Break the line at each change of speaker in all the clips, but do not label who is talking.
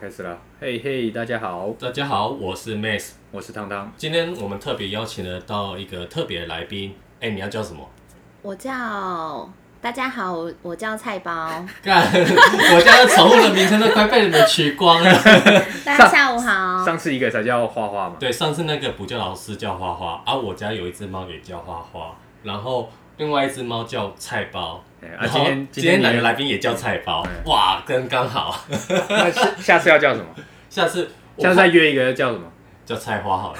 开始啦！嘿嘿，大家好，
大家好，我是 Max。
我是汤汤。
今天我们特别邀请了到一个特别的来宾，哎、你要叫什么？
我叫大家好，我我叫菜 包，
干， 我家的宠物的名称都快被你们取光了。
大家下午好。
上次一个才叫花花嘛，
对，上次那个补教老师叫花花，而、我家有一只猫也叫花花，然后另外一只猫叫菜包。
哎啊，
然
今
后
天
今
你
天嗯来 的来宾也叫菜包，哇，刚刚好。
那下下次要叫什么？
下次我
下次再约一个叫 什么？
叫菜花 好了，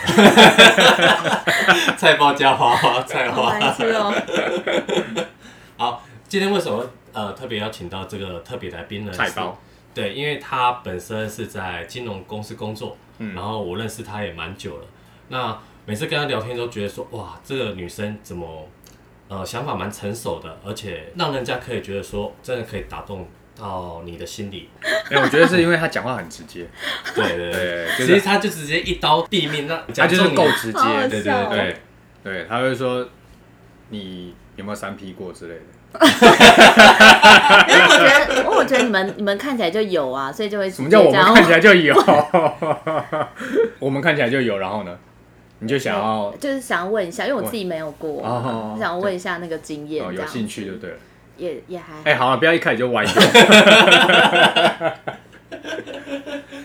菜包加花花，菜
好
啊
花。
难吃哦！
好，今天为什么呃特别邀请到这个特别来宾呢？
菜包。
对，因为他本身是在金融公司工作，
嗯
然后我认识他也蛮久了。那每次跟他聊天都觉得说，哇，这个女生怎么呃想法蛮成熟的，而且让人家可以觉得说，真的可以打动到你的心里。
哎、我觉得是因为他讲话很直接，
对对对，
对，就
其实
是
他就直接一刀毙命，那
他就是
讲中你
够直接
好，好
对对
笑哦
对
对对，他会说你有没有三 P 过之类的。
因为我觉得，因为我觉得你们你们看起来就有啊，所以就会
什么叫我们
直接这样
看起来就有？ 我们看起来就有，然后呢，你就想要
就是想要问一下，因为我自己没有过，
哦
想要问一下那个经验
哦，
这
有
样
兴趣就对了。
也也还
哎、好了，不要一开始就歪 掉。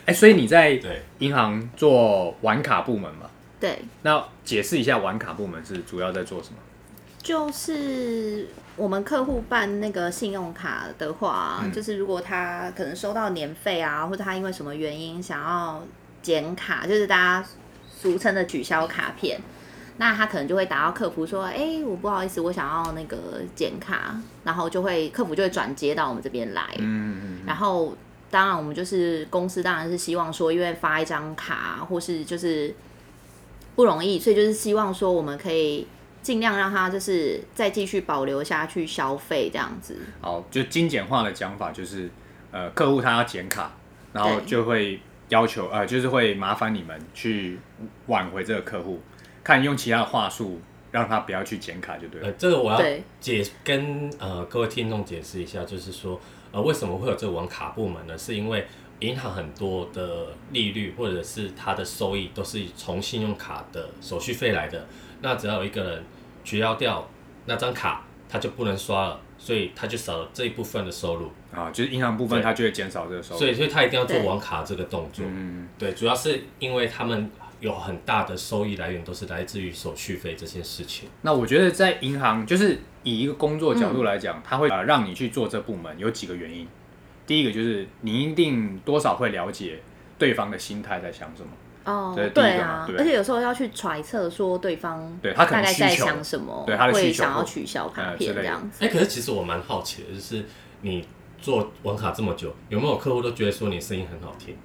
哎、所以你在
对，
银行做玩卡部门嘛？
对，
那解释一下玩卡部门是主要在做什么？
就是我们客户办那个信用卡的话，
嗯
就是如果他可能收到年费啊，或者他因为什么原因想要减卡，就是大家俗称的取消卡片，那他可能就会打到客服说：“哎、我不好意思，我想要那个减卡。”然后就会客服就会转接到我们这边来，
嗯，
然后当然我们就是公司当然是希望说，因为发一张卡或是就是不容易，所以就是希望说我们可以尽量让它就是再继续保留下去消费这样子。
好，就精简化的讲法就是，呃，客户他要减卡，然后
对
就会要求，呃，就是会麻烦你们去挽回这个客户，看用其他的话术让他不要去减卡就对了。
呃，这个我要
对
解跟呃各位听众解释一下，就是说呃为什么会有这个网卡部门呢？是因为银行很多的利率或者是它的收益都是从信用卡的手续费来的，那只要有一个人取消掉那张卡，他就不能刷了，所以他就少了这一部分的收入，
啊，就是银行部分
对
他就会减少这个收入。
所以所以他一定要做
对
网卡这个动作。
嗯，
对，主要是因为他们有很大的收益来源都是来自于手续费这件事情。
那我觉得在银行，就是以一个工作角度来讲，它会呃让你去做这部门，有几个原因。第一个就是你一定多少会了解对方的心态在想什么，
哦
这是，第一个
对
嘛
啊
对，
而且有时候要去揣测说对方
对他可
大
能
概
需
在
求
想什么，
对他的需
会
求
想
或
要取消卡
呃之
片
类
这
的
样子。
哎、可是其实我蛮好奇的，就是你做网卡这么久，有没有客户都觉得说你声音很好听？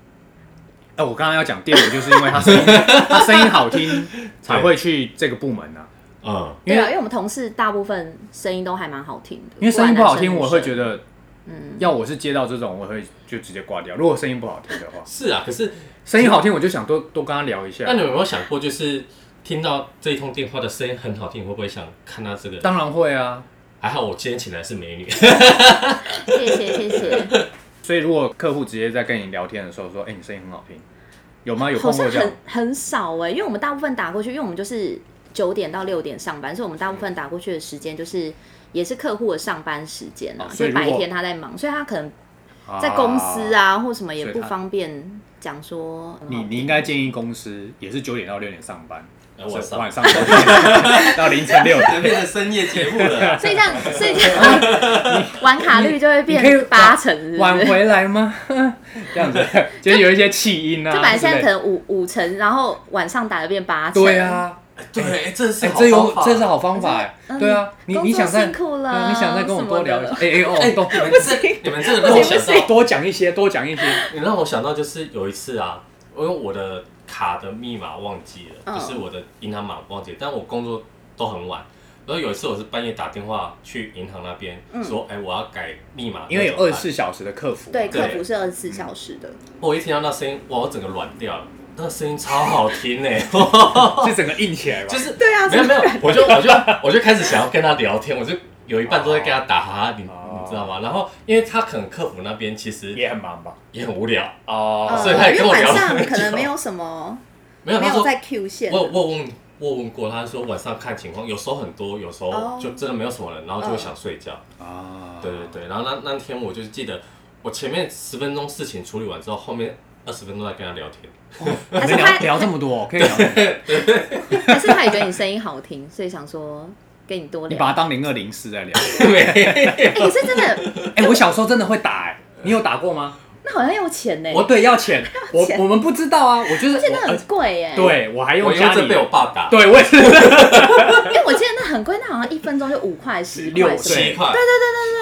那呃我刚刚要讲第二个，就是因为他声音，他声音好听才会去这个部门啊。
嗯，
因
对
为
啊，因为我们同事大部分声音都还蛮好听的，
因为声音不好听，我会
得。
觉得，嗯，要我是接到这种，我会就直接挂掉。如果声音不好听的话，
是啊，可是
声音好听，我就想多多跟他聊一下
那。你有没有想过，就是听到这一通电话的声音很好听，你会不会想看到这个？
当然会啊，
还好我今天请来是美女，
谢谢谢谢，
所以如果客户直接在跟你聊天的时候说：“哎、你声音很好听。”有吗？ 有
好
碰
像
过这样
很？很少哎、因为我们大部分打过去，因为我们就是九点到六点上班，所以我们大部分打过去的时间就是也是客户的上班时间啊，
哦所
所
以
以白
如果
天他在忙，所以他可能在公司啊或什么也
所以
不
他
方便讲说。
你
嗯
你应该建议公司也是九点到六点上班，
呃晚上
晚上九点 到凌晨六点。
变成深夜节目了。
所以这样，所以这样， 玩卡率就会
你可以
变八成，是不
晚
是？
回来吗？ 这 样子就是有一些气音啊，
就本来现在
之类
可
的
能五五成，然后晚上打的变八成。
对，啊，
对，哎这是
哎，
好
这
方
有
法
这是。好方法哎，
嗯
对啊，你
工
你
作
想再
辛苦啊了
对你想再跟我多聊一下，哎哎哦，
哎、
多
你们这你们这个让我想 到，
多讲一些，多讲一些，
你欸让我想到就是有一次啊，我用我的卡的密码忘记了，
嗯
就是我的银行码忘记了，但我工作都很晚。然后有一次我是半夜打电话去银行那边、
嗯
说，哎、我要改密码，
因为有
那怎
二
么
十
办
四小时的客服嘛，
对，
对
客服是二十四小时的。
我一听到那声音，哇，我整个软掉了，那声音超好听 哎、
是整个硬起来吧
就，是
对啊
没有没有，我就我就我就开始想要跟他聊天，我就有一半都在跟他打哈哈，你
哦
你知道吗？然后因为他可能客服那边其实
也很忙吧？
也很无聊，
哦
所以他也
因
跟我
为晚
聊
呃上
很
可能
久
没有什么，
没有
没
他
有
说
在 Q 线
我我问我问过，他说晚上看情况，有时候很多，有时
哦
候就真的没有什么人，然后就会想睡觉。
啊，
对对对，然后那那天我就是记得，我前面十分钟事情处理完之后，后面二十分钟在跟他聊 天。
可
还
以
是
聊
他
聊这么多，可以聊这么多，
还是他也觉得你声音好听，所以想说跟你多
你把它
聊。
当零二零四在聊。
哎、可是真的，
哎，我小时候真的会打，哎，你有打过吗？
那好像要钱呢、
我对要钱，我
钱
我们不知道啊，我就是
而且那
我
很贵耶、，
对我还
我
用
因为
家
这
里
被我爸打，
对我也是
因为我记得那很贵，那好像一分钟就五块、十
六
块什么的，
七块。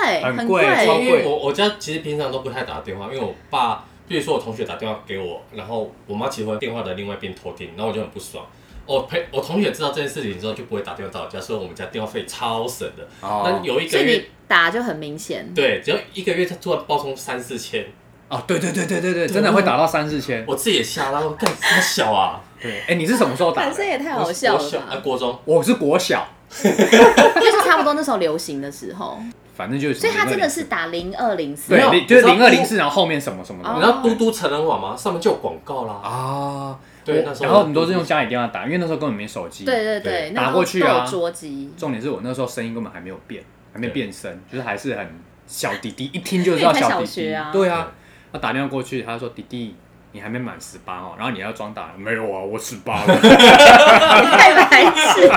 对，
很
很
贵
对
超
因为
贵
我我家其实平常都不太打电话，因为我爸，比如说我同学打电话给我，然后我妈其实会电话的另外一边偷听，然后我就很不爽。我陪我同学知道这件事情之后，就不会打电话到我家，所以我们家电话费超省的。那
哦
有一
所
个
以
月
你，打就很明显。
对，只要一个月，他突然爆冲三四千，
哦，对对对对对对，真的会打到三四千。
我自己也吓到，干这么小啊！
对，哎，你是什么时候打
男
的
生？也太
我
好笑
我
了
小啊，
吧，哦
国中
我是国小，
就是差不多那时候流行的时候，
反正就是0204。
所以他真的是打零二零四
对
没，有
你就是
你知
零
道
二零四，然后后面什么什么的
你
哦
知道嘟嘟成人网吗？上面就有广告啦。
啊。
对，
我
那时候
然后很多是用家里电话打，因为那时候根本没手机。
对
对
对对，那
打
时候
过去啊
都 有捉鸡，
重点是我那时候声音根本还没有变，还没
对
变声，就是还是很小弟弟，一听就知道小
因为你才小
弟弟。
学啊
对啊，他打电话过去，他说：“弟弟，你还没满十八哦。”然后你要装打，没有啊，我十八了，
太白痴。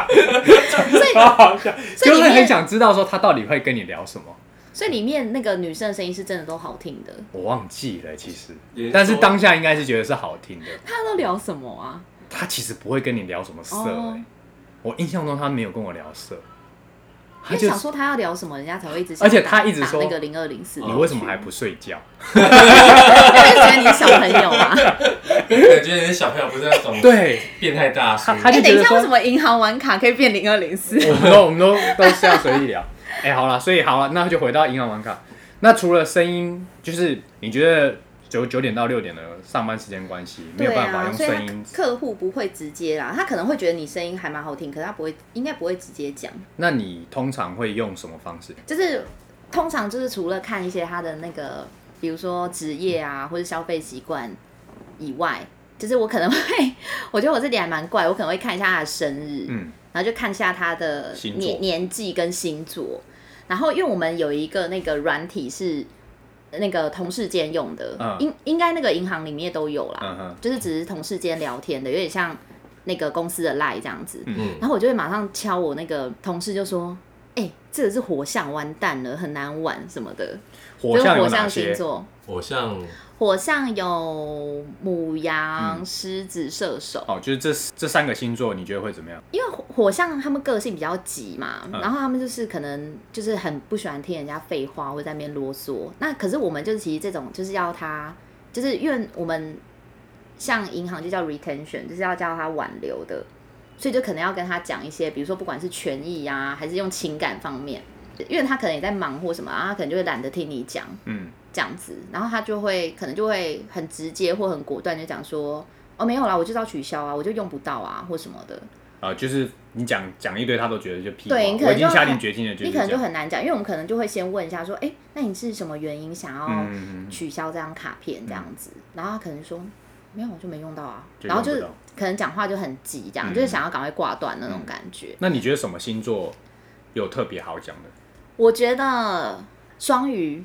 所以
好笑
所
就
以里
是
面
很想知道说他到底会跟你聊什么。
所以里面那个女生的声音是真的都好听的，
我忘记了，其实
也是，
但是
说
当下应该是觉得是好听的。
她都聊什么啊？
他其实不会跟你聊什么色、
哦
欸我印象中他没有跟我聊色，他
因
就
为
是
想说她要聊什么，人家才会一直想打，
而且她一直说
打那个零二零四，
你为什么还不睡觉？
哦我也觉得你是小朋友啊。
感觉有点小朋友不是那种
对，
变态大叔
他。他
哎、
就
等
觉得
一下，为什
说，
么银行玩卡可以变零二零四？
我们都我们都都是要随意聊。哎、好了，所 以好了，那就回到银行玩卡。那除了声音，就是你觉得九九点到六点的上班时间关系，没有
对
办法
啊，
用
所以
声
他
音。
客户不会直接啦，他可能会觉得你声音还蛮好听，可是他不会，应该不会直接讲。
那你通常会用什么方式？
就是通常就是除了看一些他的那个，比如说职业啊，或者消费习惯以外，就是我可能会，我觉得我这点还蛮怪，我可能会看一下他的生日，
嗯，
然后就看一下他的
星座
年年纪跟星座。然后，因为我们有一个那个软体是那个同事间用的，
嗯
应应该那个银行里面都有啦，
嗯哼，
就是只是同事间聊天的，有点像那个公司的 line 这样子。
嗯，
然后我就会马上敲我那个同事，就说：“哎、这个是火象，完蛋了，很难玩什么的。”
火
就是
象有
火
哪
象星
些？
座，
我像
火象有母
嗯
羊、狮子、射手。
哦，就是这这三个星座，你觉得会怎么样？
因为火火象他们个性比较急嘛，
嗯
然后他们就是可能就是很不喜欢听人家废话，或者在那边啰嗦。那可是我们就是其实这种就是要他，就是因为我们像银行就叫 retention，就是要叫他挽留的，所以就可能要跟他讲一些，比如说不管是权益啊，还是用情感方面，因为他可能也在忙或什么，然后啊他可能就会懒得听你讲
嗯，
这样子，然后他就会可能就会很直接或很果断就讲说。哦，没有啦，我就是要取消啊，我就用不到啊，或什么的。
啊，就是你讲讲一堆，他都觉得就屁话。
对你可
我
能
已经
就
下
很
定决心了，就是
你可能
这
就
样
很难讲，因为我们可能就会先问一下说，哎、那你是什么原因想要
嗯，嗯嗯
取消这张卡片这样子？然后他可能说没有，我就没用到啊。
嗯就
然后就
用
是
不到
可能讲话就很急，这
嗯
样、就是想要赶快挂断那种感觉。
那你觉得什么星座有特别好讲的？
我觉得双鱼，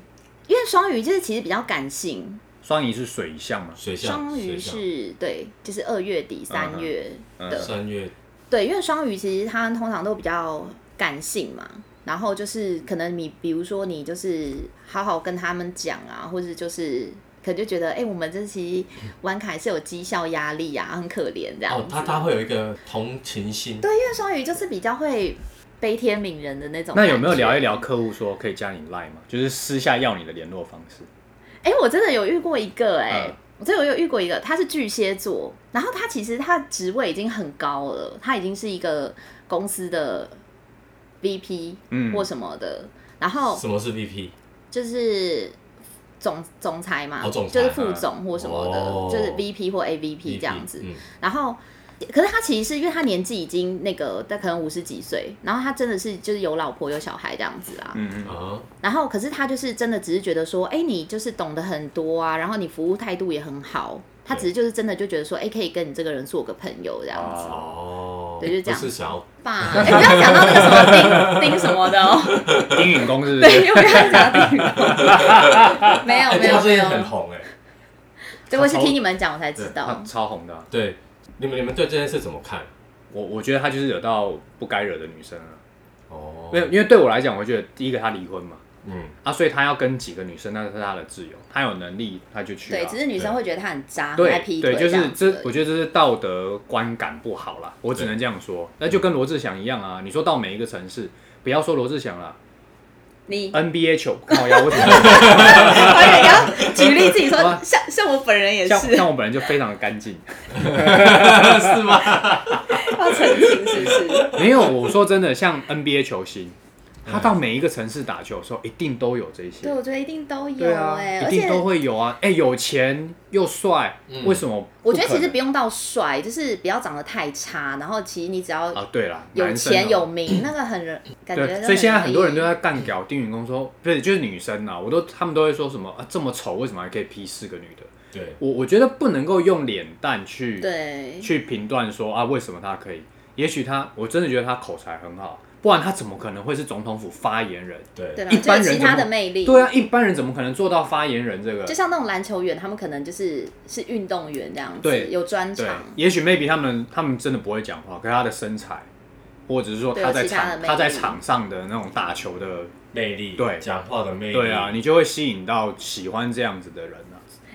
因为双鱼就是其实比较感性，
双鱼是啊水象嘛？
水象，
双鱼
水象
是对，就是二月底
嗯
三
哼
月
嗯
的
三月
对，因为双鱼其实他们通常都比较感性嘛，然后就是可能你比如说你就是好好跟他们讲啊，或者就是可能就觉得哎、诶我们这期玩卡是有绩效压力啊，很可怜这样
哦
子。，
他他会有一个同情心，
对，因为双鱼就是比较会悲天悯人的那种。
那有没有聊一？聊客户说可以加你 line 吗？就是私下要你的联络方式。
哎、我真的有遇过一个哎、
嗯
我真的有遇过一个，他是巨蟹座，然后他其实他职位已经很高了，他已经是一个公司的 VP
嗯，
或什么的，然后
什么是 VP？
就是总总裁嘛，
哦总裁
就是副总或什么的，
哦
就是 VP 或 AVP 这样子。
嗯
然后可是他其实是因为他年纪已经那个，他可能五十几岁，然后他真的是就是有老婆有小孩这样子啊。
嗯嗯，
啊，
然后可是他就是真的只是觉得说，哎、你就是懂得很多啊，然后你服务态度也很好。他只是就是真的就觉得说，哎、可以跟你这个人做个朋友这样子。
啊
哦，
对就这样
不是想要
吧， 哎、不要讲到那个什么丁丁什么 的哦，
丁允恭是不
对，
是？
又不要讲到丁，
哎他
没有没有没
最近很
有，
红哎。
这我是听你们讲我才知
他
道。
超红的啊、
对，你们你们对这件事怎么看？
我我觉得他就是惹到不该惹的女生了。
哦，
没有，，因为对我来讲，我觉得第一个他离婚嘛，
嗯，
啊，所以他要跟几个女生，那是他的自由，他有能力他就去、啊。
对，只是女生会觉得他很渣，很爱
对
劈腿
对，就
这
是
样
这
子，
我觉得这是道德观感不好啦，我只能这样说。那就跟罗志祥一样啊，你说到每一个城市，不要说罗志祥啦
你
NBA 球靠腰，我怎么
我以为你要举例自 己说
哇，
像像我本人也
像
是
像我本人就非常的干净，
是吗？
要澄清，是不是？
没有我说真的，像 NBA 球星，他到每一个城市打球的时候，一定都有这
对，
些。
我觉得一定都
对
有
啊
哎、，
一
而
定
且
都会有啊！哎，有钱又帅，
嗯
为什么不
我
可
觉
能？
得其实不用到帅，就是不要长得太差，然后其实你只要
啊，对啦，
有
男生
钱
哦
有 名，那个很人感觉
对，
就
所以现在
容
很
易
多人都在干屌丁允恭说，对，就是女生啊，我都他们都会说什么啊，这么丑为什么还可以劈四个女的？
对，
我我觉得不能够用脸蛋去
对
去评断说啊，为什么她可以？也许她我真的觉得她口才很好，不然她怎么可能会是总统府发言人？
对，
对吧？
一般
就
人
是其
怎
他
么
的魅力，
对啊，一般人怎么可能做到发言人这个
就？像那种篮球员，他们可能就是是运动员这样子，
对
有专
对
长，，
也许 maybe 他们他们真的不会讲话，可是她的身材，或者是说
对
她
有
在
其他的
场
魅
她在
力
场上的那种打球的，
魅力，
对
讲话的魅力，
对啊，，你就会吸引到喜欢这样子的人啊。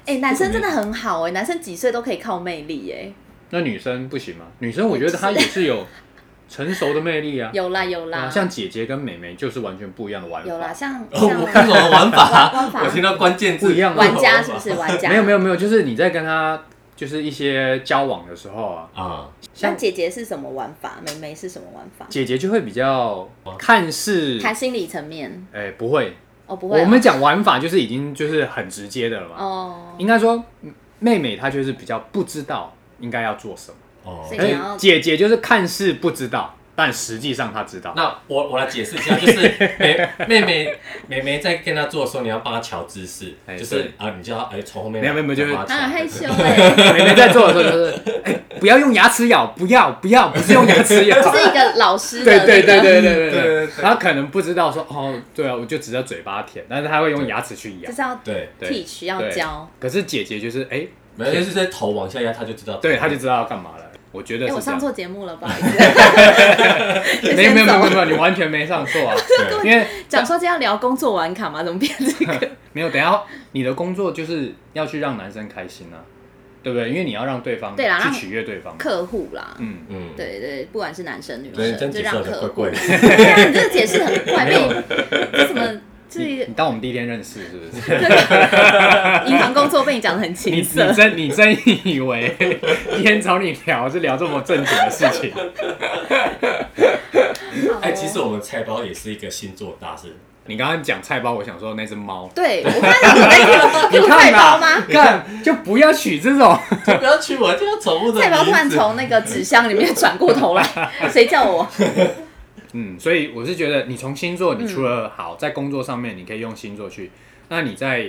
哎、男生真的很好 哎、男生几岁都可以靠魅力哎、
那女生不行吗？女生我觉得她也是有成熟的魅力啊，
有啦有啦，
啊像姐姐跟妹妹就是完全不一样的玩
有啦，
法，
像
哦，
像
我看什么玩
玩
法
玩？法
我听到关键字
不一样
玩家是不是玩家？
没有没有没有，就是你在跟她就是一些交往的时候啊，
啊？
那姐姐是什么玩法？妹妹是什么玩法？
姐姐就会比较看似，
谈心理层面
哎、不会，
哦，不会啊、
我们讲玩法就是已经就是很直接的了嘛，
哦，
应该说嗯妹妹她就是比较不知道应该要做什么，
哦
所以
哎
你要
姐姐就是看似不知道，但实际上她 知道，
那我我来解释一下，就是 妹妹妹妹妹在跟她做的时候，你要帮她调姿势，
哎
就是
对
啊，你叫她哎从后面
没
来，
有没有没有就是
帮她调
啊害 羞哎、
妹妹在做的时候就是， 哎、不要用牙齿咬，不要不要，不是用牙齿咬。
是一个老师的、
对
那个，
对对对对
对
对
对
对，
对
他可能不知道说哦，对啊，我就只要嘴巴舔，但是他会用牙齿去咬
就。是要
对，
对
teach 要
对
教。
可是姐姐就是哎，
没有就是在头往下压，她就知道，
对，她就知道要干嘛了。我觉得
哎、
是
我
这
上
样。
错节目了，不好意思。就
没有
先
没有没有
走
没有，你完全没上 错啊，
对
因为
讲说今天要聊工作玩卡吗？怎么变 这个？
没有等一下你的工作就是要去让男生开心啊，对不对？因为你要让对方
对啦
去
让
取悦对方。
客户啦，
嗯，
嗯，
对对，不管是男生女
所以你这
生，
样
就
解释好
让
像怪
客户
怪。的。
对啊，你这个解释很 怪，
没
被
有，
为什么这
你当我们第一天认识是 不是？
银行工作被你讲的很
你
青
你
涩？
真你真以为 今天找你聊是聊这么正经的事 情？
哎，其实我们菜包也是一个星座大师，
你刚刚讲菜包，我想说那只猫，
对 我看到你有在给我给我菜包吗？
干就不要取这种，
就不要去玩这个宠物的
菜包突然
名字
从那个纸箱里面转过头来，谁叫我？
嗯，所以我是觉得你从星座，你除了好在工作上面，你可以用星座去，那你在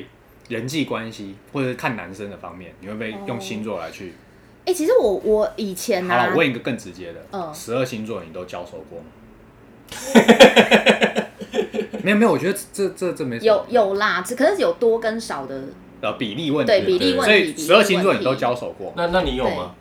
人际关系或者是看男生的方面，你会不会
哦
用星座来去？
哎，其实我我以前啊
好
呢
了，，我问一个更直接的，
嗯
十二星座你都交手过 吗？没有没有，我觉得这这这没什么
有有啦，只可是有多跟少的，
呃比例问题，
对比
例问
题
所以
比例
十二星座
问
你
题
都交手过吗？
那那你有吗？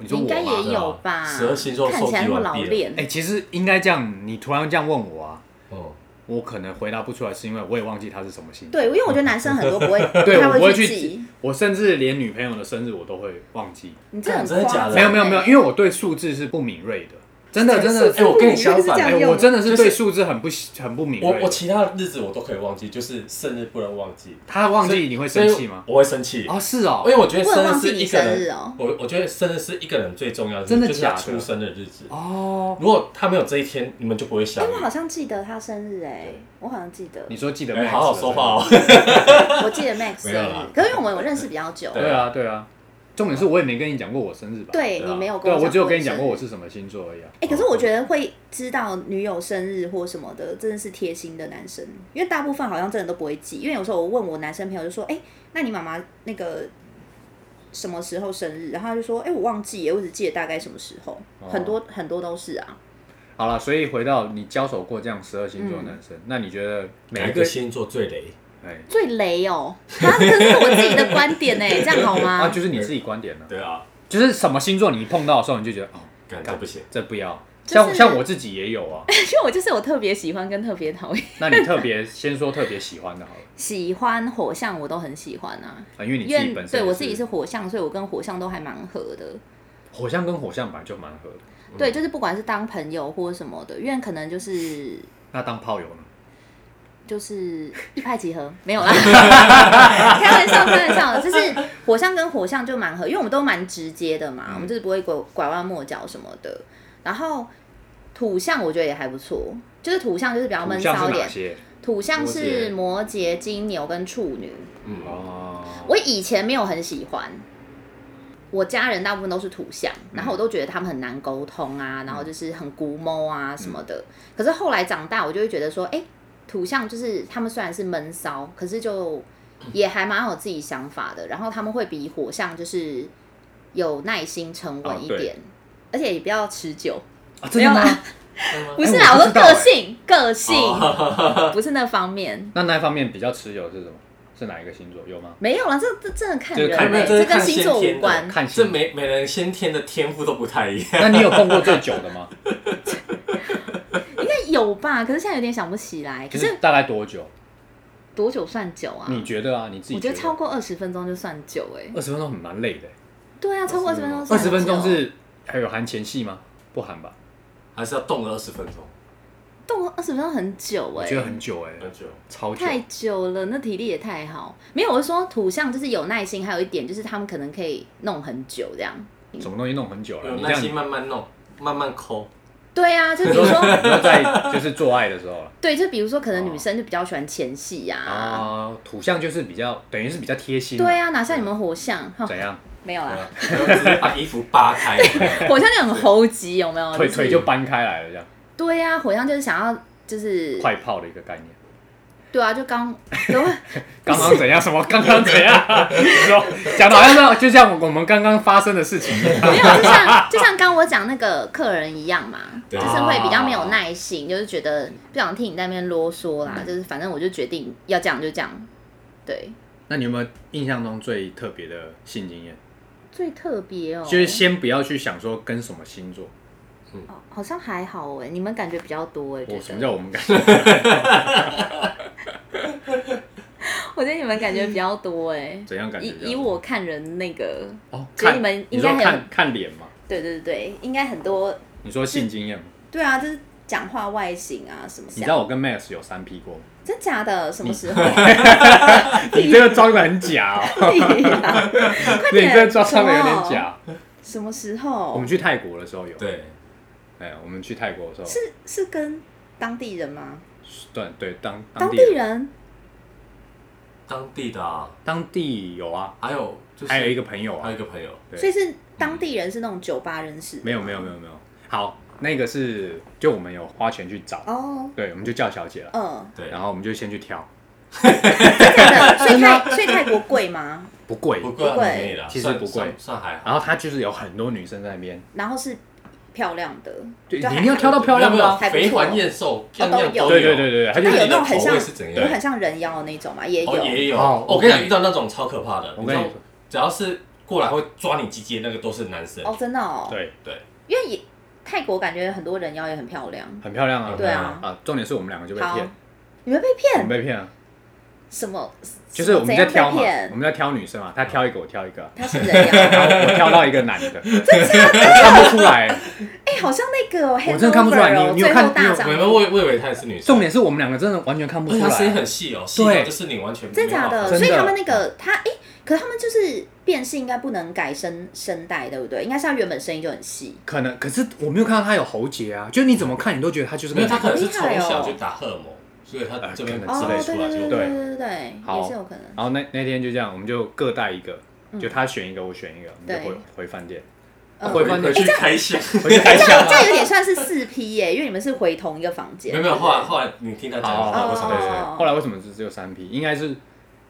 你说
应
我
该
吗？
也有吧？
十二星座
看起来那么老
受洗完毕
练
哎、，其实应该这样，你突然这样问我啊，
哦，
我可能回答不出来，是因为我也忘记他是什么星座。
对，因为我觉得男生很多不会，
对，我
他
不会
去
去
记，，
我甚至连女朋友的生日我都会忘记。
你这很
真的假的
夸张
没有没有没有，
欸
因为我对数字是不敏锐的，真的真的
哎，。我跟你相
是这
反，
哎、
样
我真的是
就是
对数字很不很不敏
我
锐
我
的。
其他日子我都可以忘记，就是生日不能忘记。
他忘记你会生气吗？
所以我会生气，
哦，
因
是哦，
为我觉得
我有
生日
忘记
是
你
一个
生日
人，
哦。
我我觉得生日是一个人最重要的日子，
真的
就是
假
他
的
出生的日子。
哦，
如果他没有这一天，你们就不会
哎、
相遇
我。好像记得他生日哎、我好像记得，
你说记得、
哎，好好说话。哦。
我记得 Max 生
没有啦
日，可是因为我们有认识比较久，
对啊对啊，重点是我也没跟你讲过我生日吧？
对
对啊
你没有跟
对，
我讲，
我只有跟你讲过我。是什么星座而已啊。
哎、可是我觉得会知道女友生日或什么的，真的是贴心的男生，因为大部分好像真的都不会记。因为有时候我问我男生朋友，就说：“哎、那你妈妈那个什么时候生日？”然后他就说：“哎、我忘记耶，我只记得大概什么时候。
哦
很多很多都是啊，
好了，所以回到你交手过这样十二星座的男生，
嗯
那你觉得 每
哪一
一
个
个
星座最雷？
哎，
最雷 哦、啊，这是我自己的观点哎、这样好吗？
啊，就是你自己观点呢、
对啊，
就是什么星座你一碰到的时候，你就觉得哦，
感觉不行。
这不要。
就是
像像我自己也有啊，
因为我就是我特别喜欢跟特别讨厌，
那你特别先说特别喜欢的好了，
喜欢火象我都很喜欢啊，
啊，因为你
因
自己
为
本身
对
也
我自己是火象，所以我跟火象都还蛮合的。
火象跟火象本来就蛮合的，
对，就是不管是当朋友或什么的，因为可能就是
那当炮友呢？
就是一拍即合，没 有啦，开玩笑，开玩笑，就是火象跟火象就蛮合，因为我们都蛮直接的嘛，
嗯
我们就是不会拐拐弯抹角什么的。然后土象我觉得也还不错，就是土象就是比较
土
啊闷
象
骚
是
一
哪
点，
些？
土象是
摩羯
摩羯、金牛跟处女。
嗯，
哦，
我以前没有很喜欢，我家人大部分都是土象，
嗯
然后我都觉得他们很难沟通啊，然后就是很古猫啊
嗯
什么的。可是后来长大，我就会觉得说，哎、土象就是他们虽然是闷骚，可是就也还蛮有自己想法的。然后他们会比火象就是有耐心、沉
哦
稳一
对
点，而且也比较持久。
啊真的
没有
吗
啦？不是
哎
啦，
我
我
不
说
知道
个
哎
性，个性、
哦
不是那方面。
那那一方面比较持久是什么？是哪一个星座？有吗？
没有啦，这这真的看
这个
人、
看
欸，
人
这
这
是
跟
看
星座
先天
无
的
关。
看
这
星，
每每人先天的天赋都不太一样。
那你有碰过最久的 吗？
有吧？可是现在有点想不起来。可
就是是大概多久？
多久算久啊？
你觉得啊？你自己
我觉得超过二十分钟就算久哎、
二十分钟很蛮累的欸，
对啊，超过二十分钟。
二十分钟是还有含前戏吗？不含吧？
还是要动了二十分钟，
动二十分钟很久
我
哎、
觉得很久哎，
很久。
超久。
太久了，那体力也太好。没有，我是说土象就是有耐心，还有一点就是他们可能可以弄很久这样。
什么东西弄很久了？
有
你这
耐
样
心慢慢弄，慢慢抠。
对啊，就比 如说，
你要在就是做爱的时候了
对，就比如说可能女生就比较喜欢前戏呀、啊。
啊，土象就是比较等于是比较贴心，
对，啊，哪像你们火象？哈
怎样
没有啦，
只是把衣服扒开，
啊
火象就很猴急，有没有？
腿
哦是
腿就搬开来了，这样
对啊，火象就是想要就是
快炮的一个概念。
对啊，就刚 都会
刚刚怎样？什么？刚刚怎样？ 说讲的好像是就像我们刚刚发生的事情一样。
没有，就像就像刚我讲那个客人一样嘛，就
对
是会比较没有耐心，就是觉得不想听你在那边啰嗦
嗯
啦，就是反正我就决定要这样就这样。对，
那你有没有印象中最特别的性经验？
最特别哦，
就是先不要去想说跟什么星座，
哦好像还好哎，你们感觉比较多哎，
我什
觉
么
得
叫我们感觉？
我觉得你们感觉比较多哎，
怎嗯样感觉
以
比较多？
以我看人那个，
哦，
觉得
看
你们
你
应
说
该很
看看脸嘛？
对对对，应该很多，
你说性经验嘛？
对啊，就是讲话外形啊什么，
你知道我跟 Max 有三 P 过 吗？
真假的什么时候？
你这个装的很假哦，
快
你
点，哦
这个装装的有点假。
什么时候？
我们去泰国的时候有，
对，
哎，我们去泰国的时候，
是是跟当地人吗？
对对，当
当
地
地人
当地的啊，
当地有啊，
还有就是
还有一个朋友
还
啊
有，一个朋友，
对
所以是当地人是那种酒吧认识的吗？
没有没有没有没有，好，那个是就我们有花钱去找，
哦，
对，我们就叫小姐了，
嗯，
对，
然后我们就先去挑，
真的，所以泰所以泰国贵吗？
不贵，
不贵啊，
不贵
很便宜啦
其实
算
不贵
算算还好。
然后她就是有很多女生在那边，
然后是漂亮的，
对，你
就还
一定要挑到漂亮的啊，
还不错
肥环艳瘦，样样
都
都
对对对对对，她就
那有
是
那种很像
口味是怎样
有很像人妖的那种嘛，也有。
哦也有。
哦
哦我跟你讲，遇到那种超可怕的，
我
你
跟
知
你
道
说，
只要是过来会抓你鸡鸡的那个都是男生。
哦，真的哦，
对，
对，
因为也泰国感觉很多人妖也很漂亮。
很漂亮啊，
对啊，
啊，重点是我们两个就被
好
骗，，
你们被
我们
骗
被骗啊，
什么？
就是我们在挑嘛我
怎样被，骗嗯
们在挑女生嘛，她挑一个我挑一 个啊，
他是人 妖，
然后我挑到一个男的，我看不出来。
哎，好像那个哦
我真的看不出来
Hangover 哦
你你有看
最后大
长
我
丈
以为我我以为她也是女生，
重点是我们两个真的完全看不
而
出
且她声音
来。
很细哦，细
对
到就是你完全
真假
没办
的，
法
真的
所以他们那个他哎、可是他们就是变性，应该不能改声声带，对不对？应该是他原本声音就很细。
可能，可是我没有看到他有喉结啊，就是你怎么看你都觉得他就是个
因为她
男的。
可能是从小就打荷尔蒙，所以她这边
呃可能
之
哦，
类
对
出
对
来就
对对
对
对对对，
好
也是有可能。
然后那那天就这样，我们就各带一个，就他选一个，我选一个，我们就
嗯对
回回饭店，
嗯
回饭
回
店
去开箱。
回去开
这
箱
样这
啊
样。有点算是四批耶，因为你们是回同一个房间。
没有没有，后来后来你听他讲
哦
的话，我想
哦
后来为什么只只有三批？应该是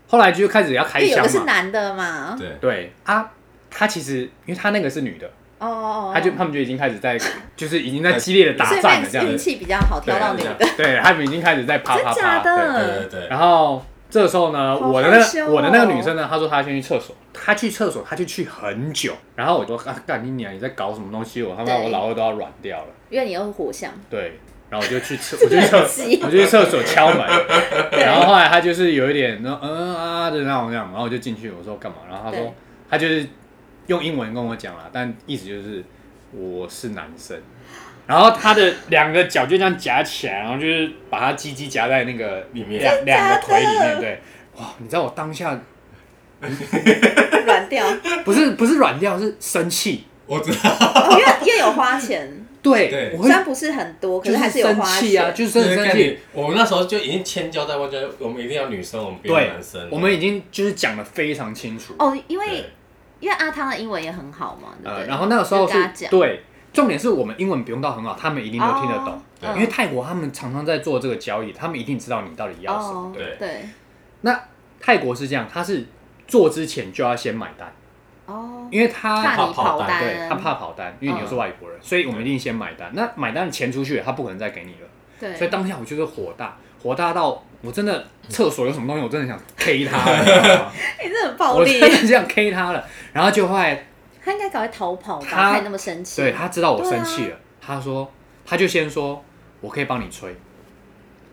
后来就开始要
因
开
为有个是
箱嘛。
男的嘛。
对对，
对啊，他其实因为他那个是女的，
哦哦哦，
他就他们就已经开始在就是已经在激烈的打
所以
战了这
Max
样
运
子。
气比较好，挑到女
这
的
样。
对，他们已经开始在啪啪
真假
啪。
的
对。
对对对，
然后这时候呢，
好
我的那
害羞
个
哦
我的那个女生呢，她说她先去厕所，她去厕所，她就去很久。然后我就说啊，干你娘，你在搞什么东西？哦我他妈
对
我老二都要软掉了。
因为你又是火象，
对，然后我就去厕，我就去厕，
急
我 就去厕所敲门，然后后来他就是有一点那嗯啊的那种那样，然后我就进去，我说干嘛？然后他
对
说他就是用英文跟我讲啦，但意思就是我是男生。然后他的两个脚就这样夹起来，然后就是把他鸡鸡夹在那个
里面
两两个腿里
真
面，
的
对，哇！你知道我当下
软掉，
不是不是软掉，是生气，
我知道，
哦因为因为有花钱，
对，
对
我
虽
会
然不是很多，可
就是
还
是
是有
生
花
气啊，
钱。
就是很生
概
气
念。。我们那时候就已经千交代万交代，我们一定要女生，我们不要
对
男生，。
我们已经就是讲的非常清楚。
哦，因
对
为因为阿汤的英文也很好嘛，对不
呃，
对？
然后那个时候
就跟他
是
讲，
对，重点是我们英文不用到很好，他们一定都听得懂
哦，
对
因为泰国他们常常在做这个交易，他们一定知道你到底要什么
哦。
对，
对
对
那泰国是这样，他是做之前就要先买单，
哦，
因为他
怕你跑
怕跑单
对他
单，嗯
怕跑单，因为你又是外国人，所以我们一定先买单。那买单的钱出去，他不可能再给你了，
对，
所以当下我就是火大，火大到我真的厕所有什么东西，我真的想 K 他，你知道吗
你哎这很暴
我
力
真，的想 K 他了。然后就后来
他应该赶快逃跑吧，
他
看你那么生气，
对他知道我
对啊
生气了，他说他就先说我可以帮你吹，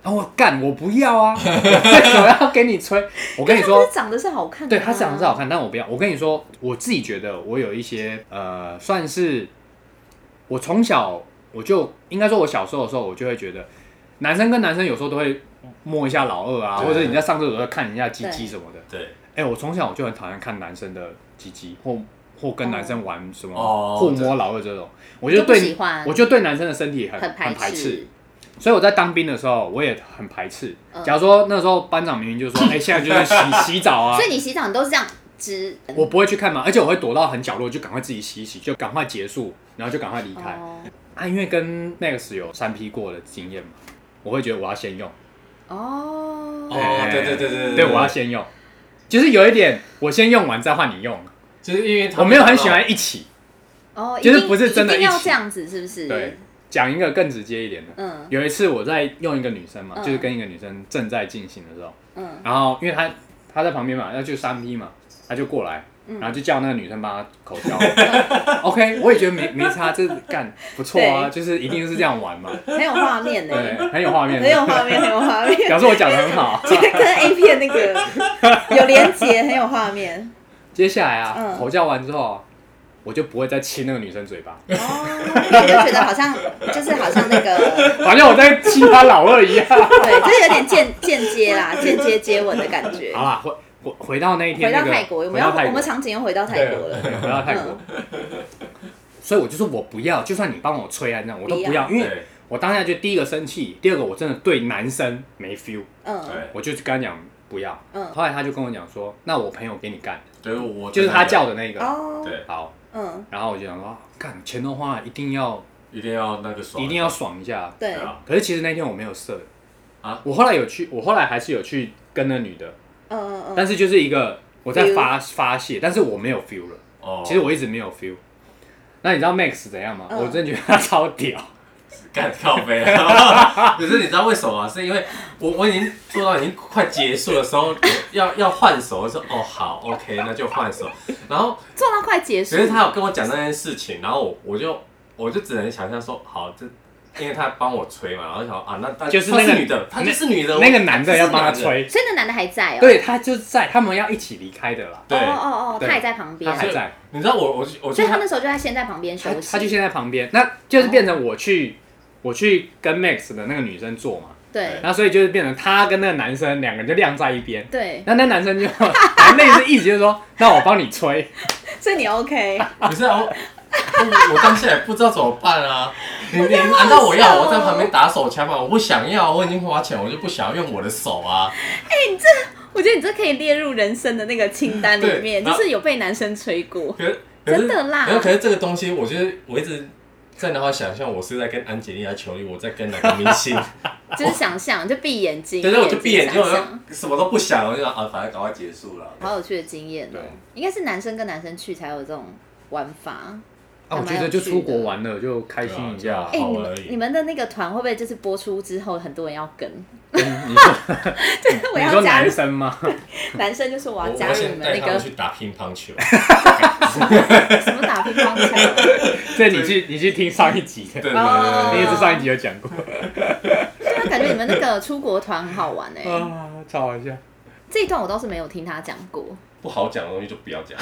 然后我干我不要啊，我为什么要给你吹？我跟你
他不
说
是，啊长得是好看的
对
吗，
他长得是好看，但我不要。我跟你说，我自己觉得我有一些呃，算是我从小我就应该说，我小时候的时候，我就会觉得男生跟男生有时候都会摸一下老二啊，
对
或者你在上厕所要看一下鸡鸡
对
什么的。
对
哎、我从小我就很讨厌看男生的鸡鸡，或或跟男生玩什么
哦
互摸老二这种，我
就
就
不
对
喜欢
我就对男生的身体很
很
很
排
排斥
斥，，
所以我在当兵的时候我也很排斥。
嗯
假如说那时候班长明明就说，哎、现在就是 洗洗澡啊
所，以你洗澡你都是这样直，嗯
我不会去看嘛，而且我会躲到很角落，就赶快自己洗一洗，就赶快结束，然后就赶快离开、
哦
啊，因为跟 Max 有三 P 过的经验嘛，我会觉得我要先用。
哦，
哦，对对对对
对，我啊要先用，就是有一点，我先用完再换你用。
就是因为他
我
们
没有很喜欢一起。
哦，一
就是
定
不是真的
一定
一
要
起
这样子，是不是？
对，，讲一个更直接一点的。
嗯
有一次我在用一个女生嘛，
嗯
就是跟一个女生正在进行的时候，
嗯
然后因为她她在旁边嘛，要去三 P 嘛，她就过来，
嗯
然后就叫那个女生帮她口 交。OK，我也觉得没没差，这干不错啊，就是一定是这样玩 嘛，
很有画面呢，欸
对，很有画面
很，有画面，很有画面。
表示我讲的很好。
这个跟 A 片那个有连结，很有画面。
接下来啊，
嗯
口交完之后，我就不会再亲那个女生嘴巴，
哦，你就觉得好像就是好像 那个，
好像我在亲她老二一样。
对，这有点间间接啦，间接接吻的感觉
好。啦，回回回到那一
回
天、那
到
个，
泰国，我
回
们要
到泰
我
国
们，场景又回到泰国 了。
回到泰国。
嗯
所以我就是我不要，就算你帮我吹啊那样，我都不
不
要，
要
因为
对
我当下就第一个生气，第二个我真的对男生没 feel，
嗯
对
我就跟他讲不要。
嗯
后来他就跟我讲说，那我朋友给你干，
对，我
就是他叫的那个。
哦，
对，
好，
嗯
然后我就想说，啊干钱都花了，一定要
一定要那个爽，
一定要爽一下。
对
对，啊，
可是其实那天我没有射
啊
我后来有去，我后来还是有去跟那女的，
嗯嗯
但
嗯，
是就是一个我在发发泄，但是我没有 feel 了。
哦，
其实我一直没有 feel。那你知道 Max 怎样吗？
嗯
我真的觉得他超屌。
干靠 背啊！可是你知道为什么吗？是因为我我已经做到已经快结束的时候，要要换手，我说哦好，OK，那就换手。然后
做到快结束
可，是他有跟我讲那件事情，然后我我就我就只能想象说好这。因为他帮我吹嘛，然后想说啊，那那
就是
她
那个
女的，她就是女的，
那个
我
男的要帮他，吹，
所以那男的还在哦。
对他就是在他们要一起离开的啦，
她是
哦
男的
哦哦，
对
他也在旁边
他，还在，
对，你知道我我我
所
就
以他那时候就在先在旁边
他
休息。
他就现在旁边，那就是变成我
哦
去我去跟 Max 的那个女生做嘛，
对
那所以就是变成他跟那个男生两个人就晾在一边，
对，
那那男生就 反正类似意思就是说，那我帮你吹，
所以你 OK。
不是啊，我我我当下也不知道怎么办啊！你你
哦
难道我要我在旁边打手枪吗？我不想要，我已经花钱，我就不想要用我的手啊！
我觉得你这可以列入人生的那个清单里面，
对
就是有被男生吹过。
可是可是
真的啦
没有可是这个东西，我觉得我一直在脑海想象，我是在跟安吉丽娜·裘丽，我在跟哪个明星？
就是想象，就闭眼睛，
对，是我就闭眼睛，我
想象，
就什么都不想，我就想啊，反正赶快结束了。
好有趣的经验哦、
对
应该是男生跟男生去才有这种玩法。
啊，
还
我觉
蛮有
得就
趣
出
的
国玩了就开心一下，
哎、
好玩
你
而
们你
已。
们的那个团会不会就是播出之后很多人要跟？
嗯你说
对，啊哎我
你
要
说
加
男
入
生吗？
男生就说我
我
要
我
加入你
先
们
带
那
他们
个
去打乒乓球，
什么打乒乓球，
这你去你去听上一集的，
对对
哦
你也
对
是上一集有讲过
对啊，感觉你们那个出国团很好玩哎、
啊，超好笑。
这一段我倒是没有听他讲过，
不好讲的东西就不要讲。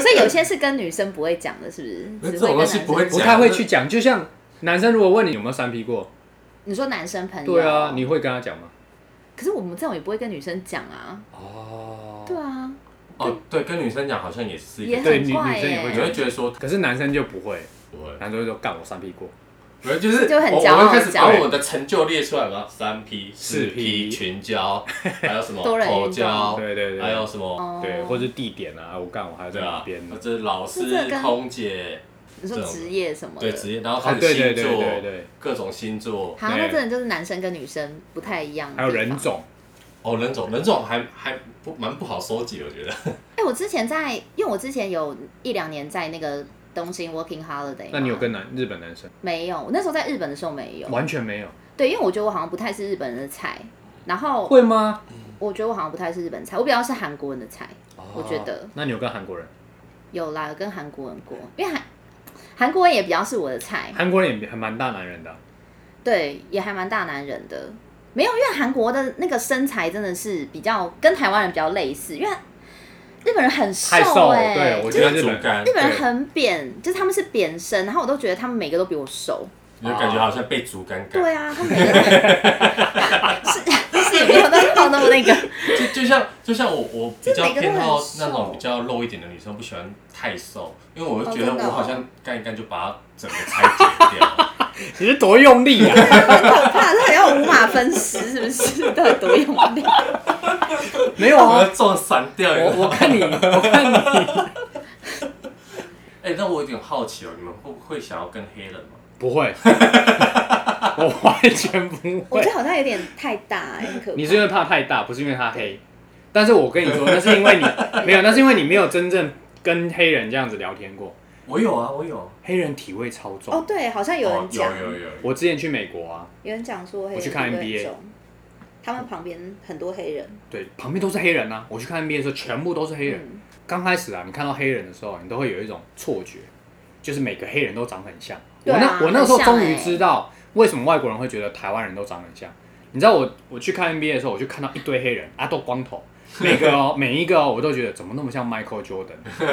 所以有些是跟女生不会讲的，是不
这
是？只
种
会
东
跟男
西
生
不会
讲
不太会去讲，就像男生如果问你有没有三 P 过，
你说男生朋友，
对啊，你会跟他讲吗？
可是我们这种也不会跟女生讲啊，
哦
对啊，
哦，对，跟女生讲好像也是一
也
个，
对
很
女
怪欸
女生也
耶、
你会觉得说，
可是男生就不会，
我
男生就说干我三 P 过，
没有，就是
就很
我
骄傲
我会开始
骄
把
傲
我的成就列出来嘛，三 P、
四
四
P
P、群交，还有什么
多人运动
口交，
对对对，
还有什么？
哦
对，或者地点啊，我干我还在
哎对
哪
啊
边呢，？
这老师
是这个跟、
空姐，
你说职业什么的，
对职业，然后
啊
开，始
对
星
对对
座
对，对，
各种星座。
好，那真的就是男生跟女生不太一样的地
还
方。
有人种，
哦，人种人种还还不蛮不好收集，我觉得。
哎、我之前在，因为我之前有一两年在那个东京 working holiday，
那你有
嘛
跟男日本男生
没有？我那时候在日本的时候没有，
完全没有？
对，因为我觉得我好像不太是日本人的菜，然后
会吗？
我觉得我好像不太是日本菜，我比较是韩国人的菜，我觉得
那你有跟韩国人？
有啦，有跟韩国人过，因为韩韩国人也比较是我的菜，
韩国人也还蛮大男人的啊，
对，也还蛮大男人的。没有，因为韩国的那个身材真的是比较跟台湾人比较类似，因为日本人很瘦
太瘦了
哎、
对我
就
觉得
比较
日本
主干
日，本人
对
很扁，就是他们是扁身，然后我都觉得他们每个都比我瘦。
你就感觉好像被竹竿干。
对啊，他们每个都 是是也没有到到那么那个，
就就像就像我我比较
就每个都
偏好
很瘦
那种比较肉一点的女生，不喜欢太瘦，因为我
哦
就觉得
真的哦
我好像干一干就把它整个拆解 掉。
你是多用力啊！
很可怕，他要五马分尸是不是？到底多用力？
没有
哦
我
啊
要，撞散掉一个。
我我看你，我看你
哎、那我有点好奇哦，你们会不会想要跟黑人吗？
不会， 我完全不
我
会
觉。得好像有点太大、欸，很可怕。
你是因为怕太大，不是因为他黑。但是我跟你说，那是因为你没有，那是因为你没有真正跟黑人这样子聊天过。
我有啊，我有。
黑人体味超重。
哦，对，好像有人
哦有
讲，
有有有。
我之前去美国啊，
有人讲说黑人
我去看
会很
NBA
重他们旁边很多黑人，
对，旁边都是黑人啊。我去看 NBA 的时候，全部都是黑人。
嗯，
刚开始啊，你看到黑人的时候，你都会有一种错觉，就是每个黑人都长很像。
对
我
啊
那我那时候
很像
终于
欸
知道为什么外国人会觉得台湾人都长很像。你知道我我去看 NBA 的时候，我就看到一堆黑人啊，都光 头，每个哦每一个哦，我都觉得怎么那么像 Michael Jordan。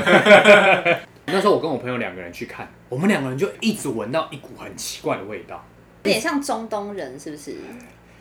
那时 候我跟我朋友两个人去看，我们两个人就一直闻到一股很奇怪的味道，
有点像中东人，是不是？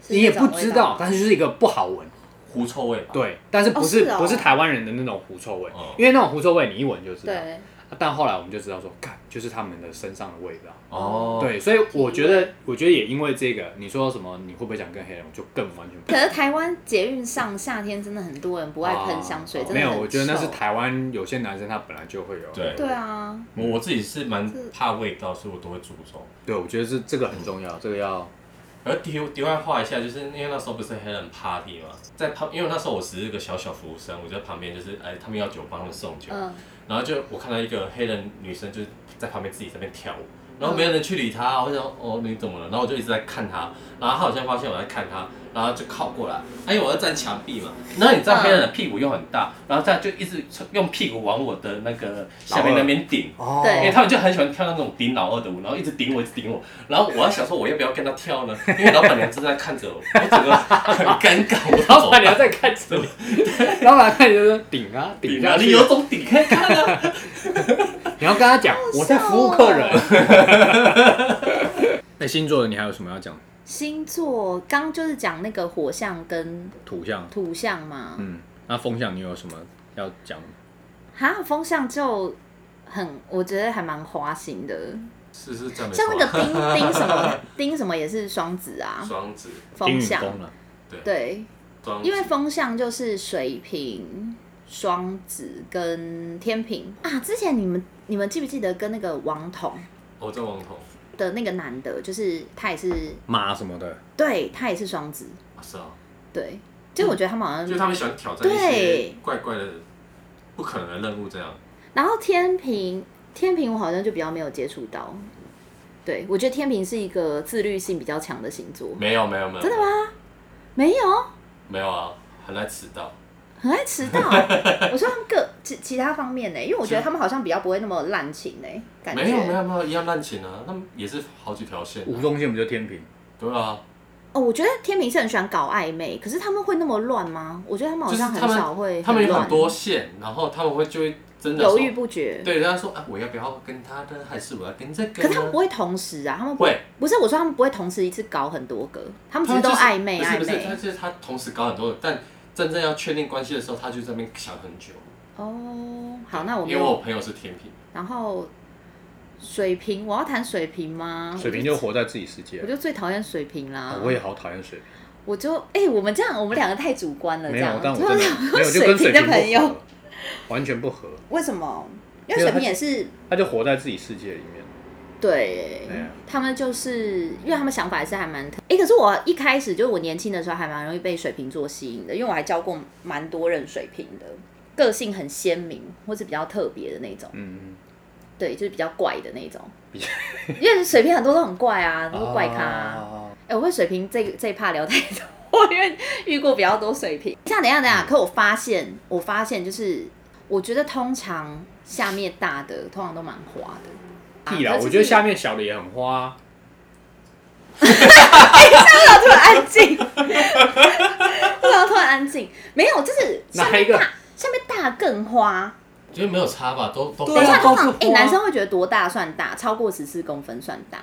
是
你也
那种
不
味
知
道
道，但是就是一个不好闻。
狐臭味吧。
对，但是不是,、
哦是哦
不是台湾人的那种狐臭味，
哦
因为那种狐臭味你一闻就知道。
对，
但后来我们就知道说，干就是他们的身上的味道。
哦。。
对，所以我觉
嗯
得，我觉得也因为这个，你说什么，你会不会想跟黑人，我就更完全不。
可是台湾捷运上夏天真的很多人不爱喷香水，
啊
真的
没有，
很
我觉得那是
臭
台湾有些男生他本来就会有。
对
对啊，
我我自己是蛮怕味道，所以我都会注重。
对，我觉得这这个很重要，这个要
而题题外话一下，就是因为那时候不是黑人 party 嘛，在旁，因为那时候我只是个小小服务生，我就在旁边就是，哎，他们要酒帮他们送酒，
嗯，
然后就我看到一个黑人女生就是在旁边自己在那边跳舞，然后没有人去理她，我就想哦你怎么了？然后我就一直在看她，然后她好像发现我在看她，然后就靠过来，啊因为我要站墙壁嘛，然后你知道黑人的屁股又很大，然后她就一直用屁股往我的那个下面那边顶。
哦
对
因为他们就很喜欢跳那种顶老二的舞，然后一直顶我，一直顶我，然后我要想说我要不要跟他跳呢？因为老板娘正在看着我，我整个很尴尬，我
老
怎
板
么办
娘在看着你，老板看你就是顶啊顶
顶
下
啊，你
去，
有种顶开看啊！
你要跟他讲
哦
我在服务客人。 那星座的你还有什么要讲？
星座刚就是讲那个火象跟
土象，
土象嘛，
嗯，那风象你有什么要讲？
哈，风象就很，我觉得还蛮花心的，
是是这样没
像
错
那
啊
个丁丁什么丁什么也是双子啊，
双子，
风
与
象
风啊，
对
对，
双
因为风向就是水瓶、双子跟天平啊。之前你们你们记不记得跟那个王彤
欧洲王头
的那个男的，就是他也是，
马什么的，
对他也是双子，
啊是啊，
对。就我觉得他们好像
就他们喜欢挑战一些
对
怪怪的、不可能的任务，这样
然后天平，天平我好像就比较没有接触到。对，我觉得天平是一个自律性比较强的星座，
没有没有没有，真的吗？
没有
没有啊，很难迟到。
很爱迟 到。我说他们各其其他方面呢，因为我觉得他们好像比较不会那么滥情呢，感觉
没有没有没有，一样滥情啊，他们也是好几条线、
嗯
吴
啊。
宗宪不就天平？
对啊，
哦，我觉得天平是很喜欢搞暧昧，可是他们会那么乱吗？我觉得他们好
就是
像
他
很少会
们他们有
乱
很多线，然后他们会就会真的
犹
说
豫不决。
对，他说啊，我要不要跟他呢？还是我要跟这个
可
呢？
是他们不会同时啊，他们不
会，
不是我说他们不会同时一次搞很多个，他们只
他
是都
就
暧昧
不是
暧
不是，他
昧。
就是他同时搞很多，但真正要确定关系的时候，他就在那边想很久。
哦，好，那我没
因为
有
我朋友是天平，
然后水瓶，我要谈水瓶吗？
水瓶就活在自己世界
嗯
啊
我。就最讨厌水瓶啦。
我也好讨厌水瓶，
我就哎、我们这样，我们两个太主观了，这
没
样
有，。但我
就
真
是
的没有就跟水瓶
水瓶
不
的朋友
合，完全不合，
为什么？因为水瓶也是
他就活在自己世界里面。
对
对啊，
他们就是因为他们想法也是还蛮特。哎、可是我一开始就是我年轻的时候还蛮容易被水瓶座吸引的，因为我还交过蛮多任水瓶的，个性很鲜明或是比较特别的那种。
嗯，
对，就是比较怪的 那种
比，
因为水瓶很多都很怪啊，都是怪咖、
嗯啊
哎、我会水瓶这这一趴聊太多，因为遇过比较多水瓶。像等一下
嗯
等一下，可我发现，我发现就是，我觉得通常下面大的通常都蛮花的。
屁啦！
可是
我觉得下面小的也很花啊，
就是突然安静，为什么突然安静？没有，就是下
哪一个
面大，下面大更花。
觉得没有差吧，都都
对啊
通
都是
常通常哎、
花
男生会觉得多大算大？超过十四公分算大？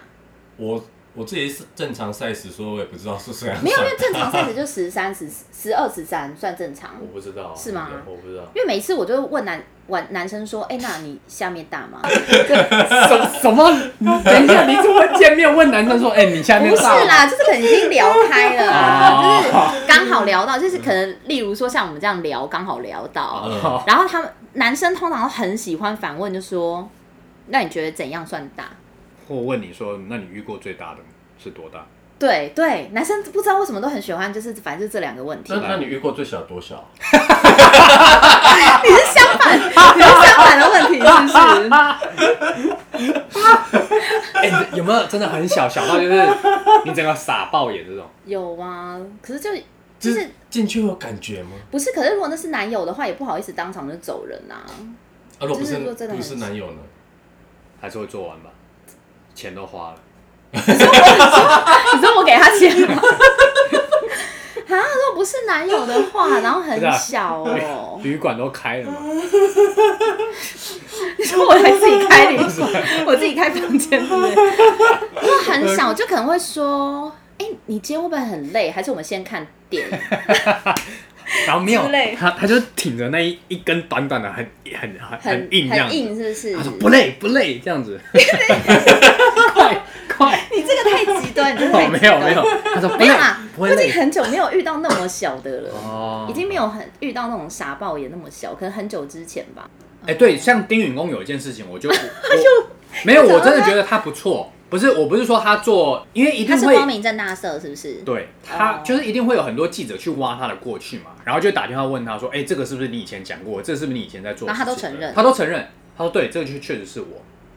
我我自己是正常 size，说我也不知道是啊这样。
没有，因 为正常 size 就十三、十十二、十三算正常。
不知道啊
是吗
我不知 道
因为每次我就会问男问男生说：“哎、那你下面大吗？”
什什么？ 等一下，你怎么见面问男生说，哎，你下面
不是
大吗？
啦，就是可能已经聊开了啊，就是
哦
刚好聊到，就是可能例如说像我们这样聊，刚好聊到，
嗯
好
然后他们男生通常都很喜欢反问，就说：“那你觉得怎样算大
或问你说，那你遇过最大的是多大？？”
对对，男生不知道为什么都很喜欢，就是反正就这两个问 题
那，那你遇过最小啊多少？
你是相反，你是相反的问题是不是？
哎、 有没有真的很小，小到就是你整个傻爆眼这种？
有啊，可是就就是
进去会有感觉吗？
不是，可是如果那是男友的话，也不好意思当场就走人啊。
啊，如果不
就是是如果真的
不
很
是男友呢？
还是会做完吧？钱都花了，
你说我给他钱吗？啊，如果不是男友的话，然后很小哦、
旅馆都开了嘛，
你 说我还自己开 旅馆，我自己开房间之类的。如果很小，就可能会说，哎、你今天会不会很累？还是我们先看电影？
然后没有
之类
他，他就挺着那一一根短短的，很很很
很
硬这样
很
子。
硬，是不是
他？说不累不累这样子， 快 快！
你这个太极端，你真的
哦，
太
没
极端
有没有，他说不
没
累
有啦，
不会
我已经
累
很久没有遇到那么小的了，
哦
已经没有很遇到那种傻爆眼那么小，可能很久之前吧。
哎、对，像丁允恭有一件事情，我就 我没有，
怎么
我真的觉得他不错。不是，我不是说他做，因为一
他
定
是
会
光明正大社，是不是？
对他
哦
就是一定会有很多记者去挖他的过去嘛，然后就打电话问他说：“哎、这个是不是你以前讲过？这是不是你以前在做的
然
事
后
情？”
他都承认
他，都承认，他说：“对，这个就确实是我。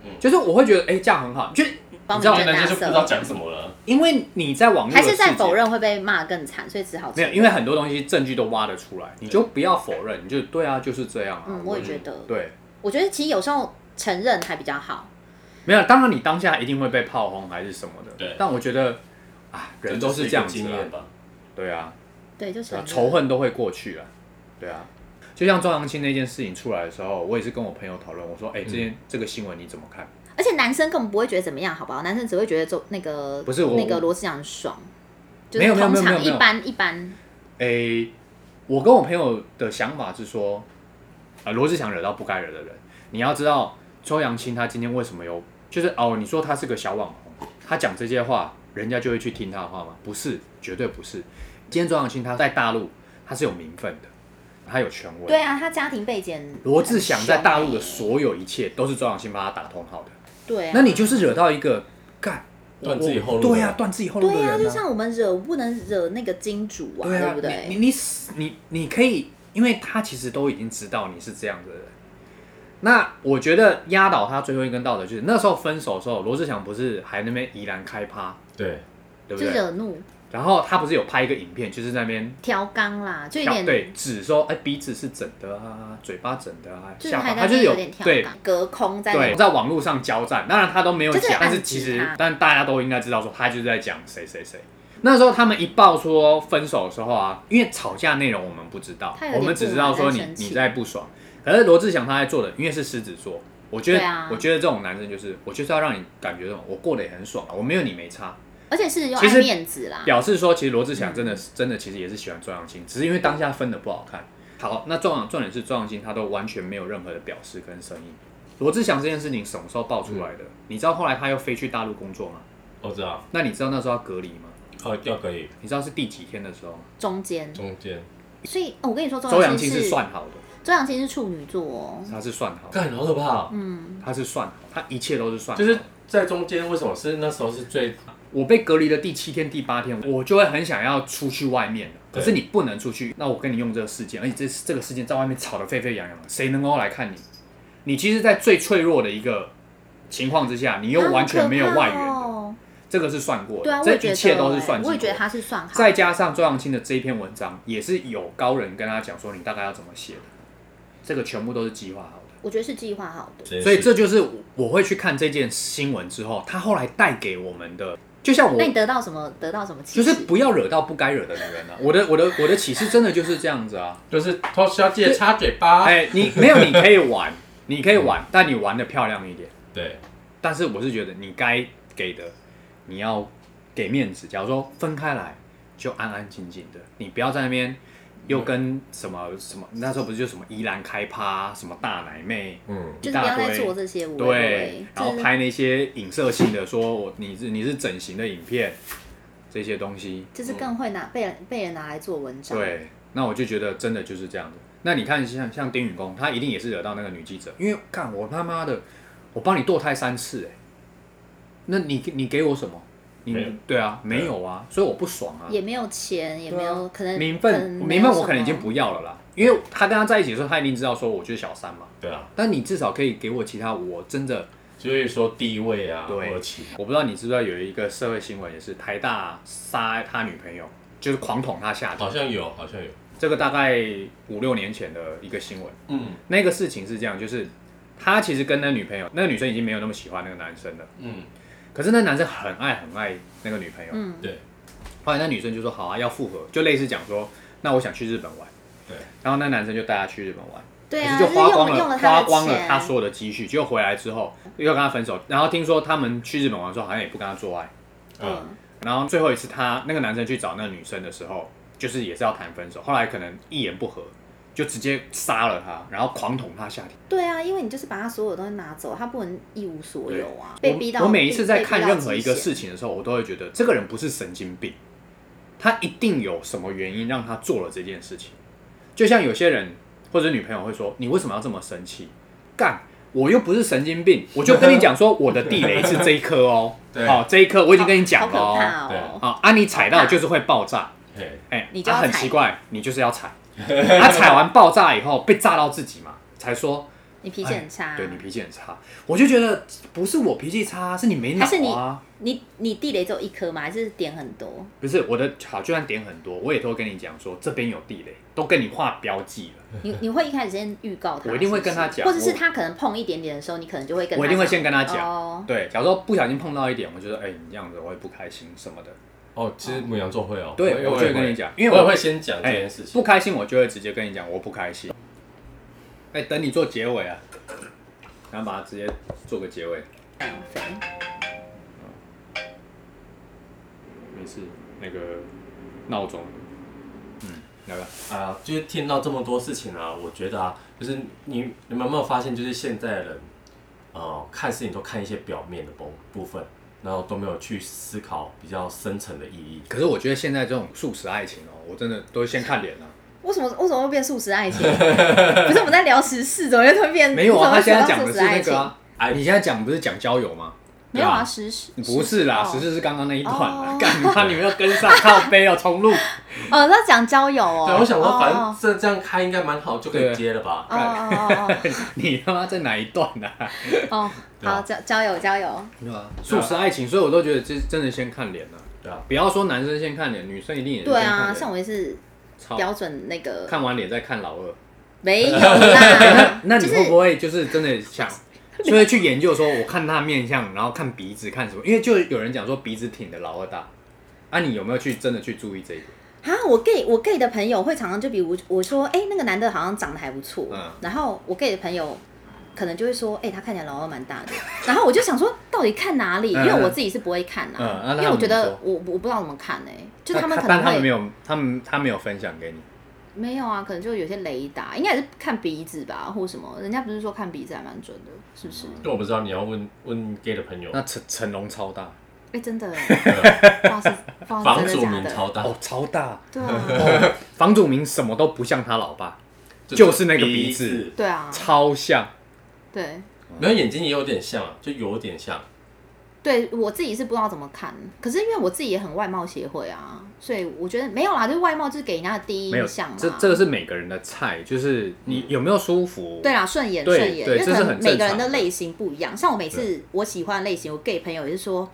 嗯
就是我会觉得，哎、这样很好，就是
光
你知道
明正
男
大
生就不知
社
道。讲什么了。
因为你在网络
还
的
是在
世界
否认会被骂更惨，所以只好
没有，
承认
因为很多东西证据都挖得出来，你就不要否认，你就对啊，就是这样啊。
嗯，我也觉得，
对，
我觉得其实有时候承认还比较好。
没有，当然你当下一定会被炮轰还是什么的，
对
但我觉得啊，人都
就是一
这
个
样子
经
啊
验，吧。
对啊，
对，就
对
承
啊
认
仇恨都会过去啊，对啊。就像周扬青那件事情出来的时候，我也是跟我朋友讨论，我说：“哎、这件、这个新闻你怎么看
而且男生根本不会觉得怎么样，好不好？男生只会觉得周那个
不是我
那个罗志祥很爽，就
没有
是
没有
通
没有
常
没有
一般一般。？”
哎、我跟我朋友的想法是说，啊，罗志祥惹到不该惹的人，你要知道周扬青他今天为什么有，就是哦，你说他是个小网红，他讲这些话，人家就会去听他的话吗？不是，绝对不是，今天庄永庆他在大陆他是有名分的，他有权威。
对啊，他家庭背景，
罗志祥在大陆的，所有一切都是庄永庆帮他打通好的，
对啊，
那你就是惹到一个干
断自己后路的啊
对呀、断自己后路的
对
人、
啊，就像我们惹不能惹那个金主啊，
对啊，你
不对？
你你死你你可以，因为他其实都已经知道你是这样的人。那我觉得压倒他最后一根稻草就是那时候分手的时候，罗志祥不是还那边怡然开趴，
对，
对不
就
对？
惹怒
然后他不是有拍一个影片，就是在那边
调缸啦，就有
挑
点
对指说，哎、鼻子是整的啊，嘴巴整的啊，
就是
下
还
巴他
在
就是
有点跳
对
岗，隔空在
对，
那
在网络上交战，当然他都没有
就是
讲，但
暗
是
指
其实
他，
但大家都应该知道说他就是在讲谁谁谁。那时候他们一爆说分手的时候啊，因为吵架内容我们不知道
他有，点
我们只知道说
不满
你
跟生气
你在不爽。可是罗志祥他在做的，因为是狮子座，我觉得、
对啊
我觉得这种男生就是，我就是要让你感觉这种我过得也很爽啊，我没有你没差。
而且是又
其
爱
实
面子啦，
表示说，其实罗志祥真的、是真的其实也是喜欢庄阳青，只是因为当下分的不好看。好，那重重点是庄阳青他都完全没有任何的表示跟声音。罗志祥这件事情什么时候爆出来
嗯
的？你知道后来他又飞去大陆工作吗？
我知道，
那你知道那时候要隔离吗？
哦，要可以
你知道是第几天的时候吗？
中间，
中间，
所以、哦我跟你说，周
周
扬
扬
青
啊青是
是
算好的，
周扬青是处女座哦，
他是算好的，
干好可怕哦，
嗯，
他是算好，他一切都是算好
就
的。
是在中间为什么是那时候是最
我被隔离的第七天、第八天，我就会很想要出去外面了。可
对
是你不能出去，那我跟你用这个事件，而且这这个事件在外面吵得沸沸扬扬，谁能够来看你？你其实，在最脆弱的一个情况之下，你又完全没有外援的，
好可怕哦
这个是算过
对
的，
啊，我
这
也觉得
一切都是算
欸
计
我也觉得
过的
他是算好，
再加上周扬青的这一篇文章，也是有高人跟他讲说你大概要怎么写的，这个全部都是计划好的。
我觉得是计划好的，
所以这
这
就是我我会去看这件新闻之后，他后来带给我们的，就像我
那你得到什么？得到什么启
就
示？
是不要惹到不该惹的人啊！我的我的我的启示真的就是这样子啊！
就是偷小姐插嘴巴，
哎、你没有你可以玩，你可以玩， 但你玩的漂亮一点。
对，
但是我是觉得你该给的，你要给面子。假如说分开来，就安安静静的，你不要在那边又跟什么什么，那时候不是就什么宜兰开趴，什么大奶妹，
嗯，
就是不要再做这些无谓
对，然后
这是
拍那些影射性的，说我你是你是整形的影片，这些东西。
就是更会拿被人被人拿来做文章，，
对，那我就觉得真的就是这样子。那你看像像丁允恭，他一定也是惹到那个女记者，因为看我他妈的，我帮你堕胎三次、欸，那你你给我什么？
没有
你对啊，没有啊，所以我不爽啊。
也没有钱，也没有、可能
名
可
分
能没
名
有
分我可能
什么
已经不要了啦，因为他跟他在一起的时候，他一定知道说我就是小三嘛。
对啊，
但你至少可以给我其他，我真的
就是说地位啊，
对
或者其他
我不知道你知不知道有一个社会新闻，也是台大杀他女朋友，就是狂捅他下体，
好像有，好像有，
这个大概五六年前的一个新闻。
嗯
那个事情是这样，就是他其实跟那女朋友，那个女生已经没有那么喜欢那个男生了，
嗯，
可是那男生很爱很爱那个女朋友。
嗯，
对
后来那女生就说好啊，要复合，就类似讲说，那我想去日本玩。
对，
然后那男生就带她去日本玩，
对啊，
可
就是是
就花光
用用了
花
他的
光了
钱
他所有的积蓄，结果回来之后又跟他分手。然后听说他们去日本玩的时候好像也不跟他做爱。
嗯，
嗯，
然后最后一次他那个男生去找那个女生的时候，就是也是要谈分手，后来可能一言不合就直接杀了她，然后狂捅她下体。
对啊，因为你就是把他所有东西拿走，他不能一无所有啊，
对
被逼到
我。我每一次在
被逼
看
到
任何一个
极限
事情的时候，我都会觉得这个人不是神经病，他一定有什么原因让他做了这件事情。就像有些人或者女朋友会说：“你为什么要这么生气？”干，我又不是神经病，我就跟你讲说，我的地雷是这一颗哦，
对
好、这一颗我已经跟你讲了
好可
哦，
怕哦，
好啊，你踩到就是会爆炸，
对，
哎、
你就要
啊很
踩
奇怪，你就是要踩，他、踩完爆炸以后被炸到自己嘛，才说
你脾气很差，
哎对你脾气很差，我就觉得不是我脾气差，是你没脑
还是你
啊。
你你地雷只有一颗吗？还是点很多？
不是我的好，就算点很多，我也都会跟你讲说这边有地雷，都跟你画标记了。
你你会一开始先预告他，
我一定会跟他
是不是
讲
或者是
我
他可能碰一点点的时候，你可能就会跟他
我一定会先跟他讲
哦，
对，假如说不小心碰到一点，我就说哎、你这样子我会不开心什么的。
哦，其实母羊座会哦，
对
也
我就会跟你讲因为
我也
我
会先讲呃这
哎、
件事情
不，开心我就会直接跟你讲我不开心。哎、等你做结尾啊，然后把它直接做个结尾，
浪费
没事，那个闹钟，嗯，来吧，
啊，就是听到这么多事情啊，我觉得啊，就是你你们有没有发现，就是现在的人，呃，看事情都看一些表面的部部分，然后都没有去思考比较深层的意义。
可是我觉得现在这种素食爱情哦，我真的都先看脸啊。
为什么为什么会变素食 爱情？不是我们在聊时事，怎么会变？
没有啊，他
怎
现在讲
么会扯到
的
素
是
食爱
那
情？
个啊，哎你现在讲不是讲交友吗？
没有啊，
对吧
时事
不是啦，
时
实
事
事是刚刚那一段啦
哦。
干你妈，你们要跟上，靠背要重录。
哦，那讲交友哦。
对，啊我想说，反
哦
正这这样开应该蛮好，就可以
对
接了吧？
哦哦哦
你他妈在哪一段啊？
哦 哦，
对啊
好交交友交友，
对吧？素食爱情，所以我都觉得这真的先看脸啊。
对啊，
不要说男生先看脸，女生一定也是
对
先看
啊，
脸
像我也是
操
标准那个
看完脸再看老二。，
没有啦
那你
嗯就是
会不会就是真的想，就会去研究说，我看他面相，然后看鼻子，看什么？因为就有人讲说鼻子挺的老二大，啊，你有没有去真的去注意这一点？
啊，我 gay 我 gay 的朋友会常常就比如我说，哎、那个男的好像长得还不错，
嗯
然后我 gay 的朋友可能就会说，哎、他看起来老二蛮大的，然后我就想说，到底看哪里？因为
嗯嗯
我自己是不会看啦、
嗯那他
因为我觉
们怎
得
么
我我不知道怎么看哎、就
那
他们可
但
能
他们
会
没有，他们他没有分享给你。
没有啊，可能就有些雷达，应该也是看鼻子吧，或什么，人家不是说看鼻子还蛮准的，是不是？
嗯
但我不知道你要问问 gay 的朋友，
那成成龙超大
哎、真 的哎、不知道是不知道
房
是
祖
真的
名
假
超
的，
大，
哦，超大。
对啊，
房祖名什么都不像他老爸，就是那个鼻
鼻
子，
对啊，
超像。
对。
然后眼睛也有点像，就有点像。
对我自己是不知道怎么看，可是因为我自己也很外貌协会啊，所以我觉得没有啦，就是外貌就是给人家的第一
没有
印象嘛。
这这个是每个人的菜，就是你有没有舒服？
对啦，啊顺眼
对
顺眼，因
对
为可
这是
能
很
每
正
个人
常
的
的
类型不一样。像我每次我喜欢的类型，我 gay 朋友也是说，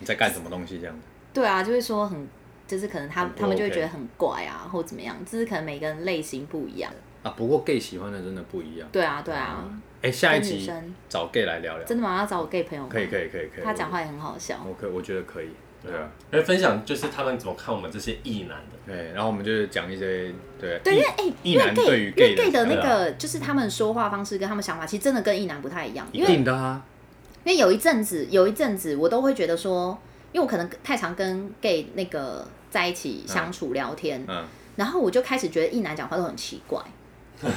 你在干什么东西这样子？
对啊，就会说很，就是可能他
很不
他们就会
OK
觉得很怪啊，或怎么样，就是可能每个人类型不一样。
啊，不过 gay 喜欢的真的不一样。
对啊，对啊，
哎，下一
跟女
集
生
找 gay 来聊聊，
真的吗？要找我 gay 朋友吗
可以，可以可以可以。嗯
他讲话也很好笑。
我，我可我觉得可以。对啊，
因为分享就是他们怎么看我们这些异男的，
对，然后我们就是讲一些对
对，因为
异
哎，
异
因为
男
gay
对啊于
因为
gay
gay
的呃
的那个就是他们说话方式跟他们想法，其实真的跟异男不太一样，因
一
为。
定的啊，
因为有一阵子，有一阵子我都会觉得说，因为我可能太常跟 gay 那个在一起相处聊天，
嗯，
然后我就开始觉得一男讲话都很奇 怪。我就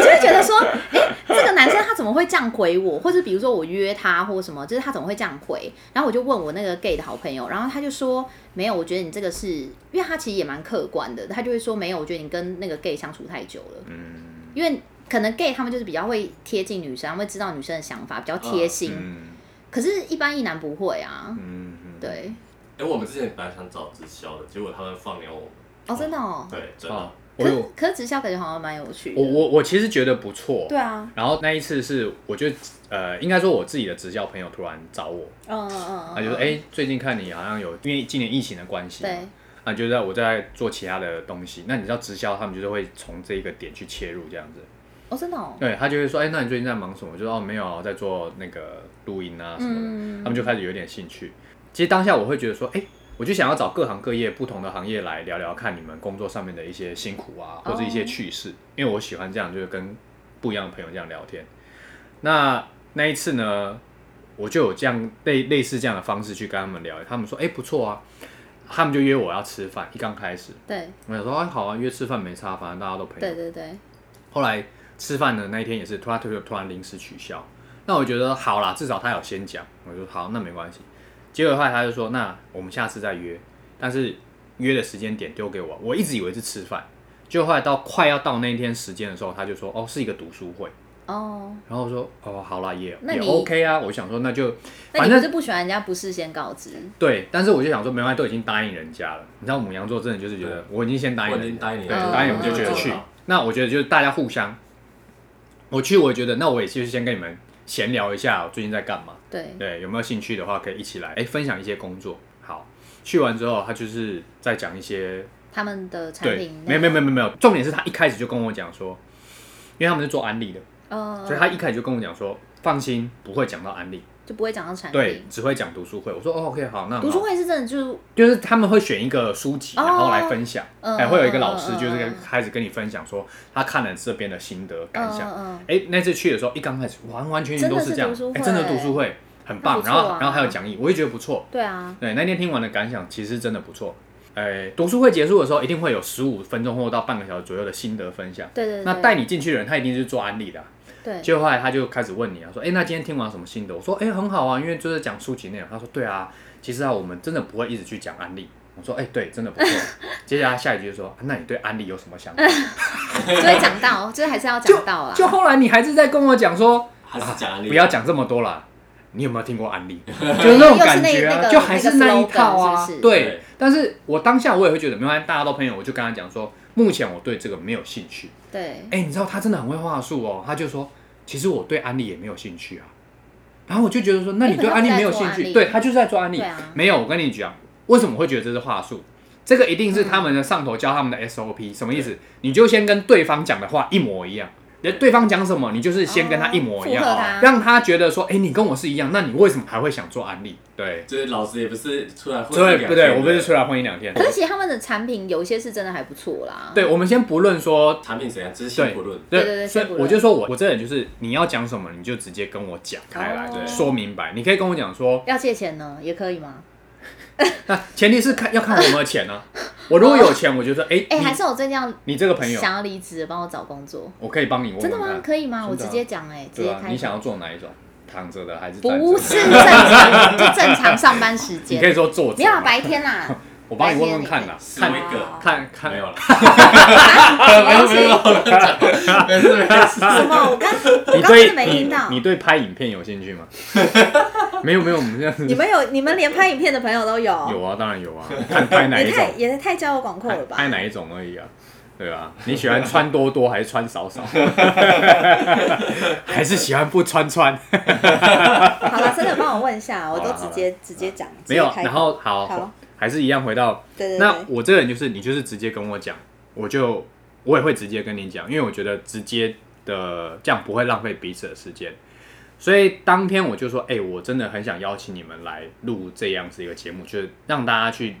会觉得说，哎、这个男生他怎么会这样回我？或者比如说我约他或什么，就是他怎么会这样回？然后我就问我那个 gay 的好朋友，然后他就说没有，我觉得你这个是，因为他其实也蛮客观的，他就会说没有，我觉得你跟那个 gay 相处太久了，
嗯
因为可能 gay 他们就是比较会贴近女生，他们会知道女生的想法，比较贴心。
嗯
可是，一般一男不会啊。
嗯嗯，
对，
哎，我们之前本来想找直销的，结果他们放牛我们。
哦，真的哦。
对，真的
啊，，我
可是
有
可是直销感觉好像蛮有趣的。
我我我其实觉得不错，
对啊，
然后那一次是，我就呃，应该说我自己的直销朋友突然找我，
嗯嗯嗯。
他就说，哎、最近看你好像有，因为今年疫情的关系，
对，
啊，就在我在做其他的东西。那你知道直销他们就是会从这个点去切入这样子，
哦，真的哦。
对他就会说，哎、那你最近在忙什么？我就说哦，没有啊，我在做那个录音啊什么的，
嗯
他们就开始有点兴趣。其实当下我会觉得说，哎、我就想要找各行各业不同的行业来聊聊看你们工作上面的一些辛苦啊，或者一些趣事因为我喜欢这样，就是跟不一样的朋友这样聊天。那那一次呢，我就有这样类类似这样的方式去跟他们聊，他们说，哎、不错啊，他们就约我要吃饭。一刚开始，
对
我想说，啊，好啊，约吃饭没差，反正大家都朋友。
对对对，
后来吃饭的那一天也是突然突然突然临时取消，那我觉得好啦，至少他有先讲，我就说好，那没关系。结果后来他就说，那我们下次再约，但是约的时间点丢给我，我一直以为是吃饭，结果后来到快要到那一天时间的时候，他就说哦是一个读书会，
哦，
然后我说哦好啦也
那
也
你
OK 啊，我想说那就
那
反
你不
正
是不喜欢人家不事先告知？
对，但是我就想说没关系，都已经答应人家了，你知道母羊座真的就是觉得我已经先答应
我
人家
已经答应你
对，
嗯
了，
答应我们就觉得去。那我觉得就是大家互相，我去，我觉得那我也就是先跟你们闲聊一下，我最近在干嘛？
对，
对，有没有兴趣的话可以一起来，哎，分享一些工作。好，去完之后，他就是在讲一些，
他们的产
对
品，
没有没有没有没
有，
有没有，重点是他一开始就跟我讲说，因为他们是做安利的，
呃，
所以他一开始就跟我讲说，放心，不会讲到安利，
就不会讲到产
对
品，。
只会讲读书会。我说哦，OK，好，那
读书
好
会是真的，就是
就是他们会选一个书籍，
哦
然后来分享，
嗯
哎，会有一个
嗯
老
嗯
师
嗯
就是
嗯
开始跟你分享说他看了这边的心得感想。
嗯嗯
哎、那次去的时候，一刚开始完完全全都这样，
真的是读书会
哎、真的读书会很
那
棒，
不错
然
啊
后然后还有讲义，我也觉得不错
嗯。对啊，
对，那天听完的感想其实真的不错。哎、读书会结束的时候，一定会有十五分钟或到半个小时左右的心得分享。
对对对。
那带你进去的人，他一定是做安利的啊、
对，
结果后来他就开始问你啊，说，哎、那今天听完什么心得？我说，哎、很好啊，因为就是讲书籍内容。他说，对啊，其实啊，我们真的不会一直去讲案例。我说，哎、对，真的 不错。接下来下一句就说，啊那你对案例有什么想法？
就会讲到，就是还是要讲到 啊。
就后来你还是在跟我讲说，
还是讲案例，
不要讲这么多啦。你有没有听过案例？就是那种感觉
又是那那
啊，
个
就还是那一套
那个
啊
slogan，是。不是
对
对，
但是我当下我也会觉得，没关系，大家都朋友，我就跟他讲说，目前我对这个没有兴趣。
对，
哎、你知道他真的很会话术哦，他就说，其实我对安利也没有兴趣啊。然后我就觉得说，那你对安利没有兴趣？
你
对
本来就在做安利
他就是在做安利，
对啊
没有。我跟你讲，为什么我会觉得这是话术？这个一定是他们
嗯
的上头教他们的 SOP，、什么意思？你就先跟对方讲的话一模一样，连对方讲什么，你就是先跟他一模一样，
哦附和他
让他觉得说，哎、你跟我是一样，那你为什么还会想做安利？对，
就是老师也不是出来混
对不对？我不
们
是出来混一两天
可。是其实他们的产品有一些是真的还不错啦。
对，我们先不论说
产品怎样，这是先不论。
对
对对对
所以
先不论
我就说我我这人就是你要讲什么你就直接跟我讲开来，
哦
说明白。你可以跟我讲说，
要借钱呢，也可以吗？
那前提是看要看我有没有钱 啊。我如果有钱，我就说，哎、
哎，
你
还是我最近要
你这个朋友，
想要离职，帮我找工作，
我可以帮你问
真的
问
吗？
看，
可以吗？
真的啊
我直接讲，哎，直
对
接
吧、
开。
你想要做哪一种？躺着的还是站着的
不是正常， 就正常上班时
你可以
间，
说坐着。
没有啊白 天啦。
我帮你问问看啦，
是
看
我一个
看看
没有了，
没有
没有没事没事。
什 么？我刚我
你
刚真
对
的没听到
你。你对拍影片有兴趣吗？ 没有没有，我们这样子
你们有你们连拍影片的朋友都有，
有啊，当然有啊，看拍哪
也
一种
太。也太交友广阔了吧？
拍哪一种而已啊，对吧？你喜欢穿多多还是穿少少？ 还是喜欢不穿穿？
好了，真的帮我问一
啊
下，我都
好啦
直接直接讲，
没有
直，接开口
然后好，
好
还是一样回到
对对
那
对，
我这个人就是你就是直接跟我讲，我就我也会直接跟你讲，因为我觉得直接的这样不会浪费彼此的时间。所以当天我就说，哎、我真的很想邀请你们来录这样子一个节目，就是让大家去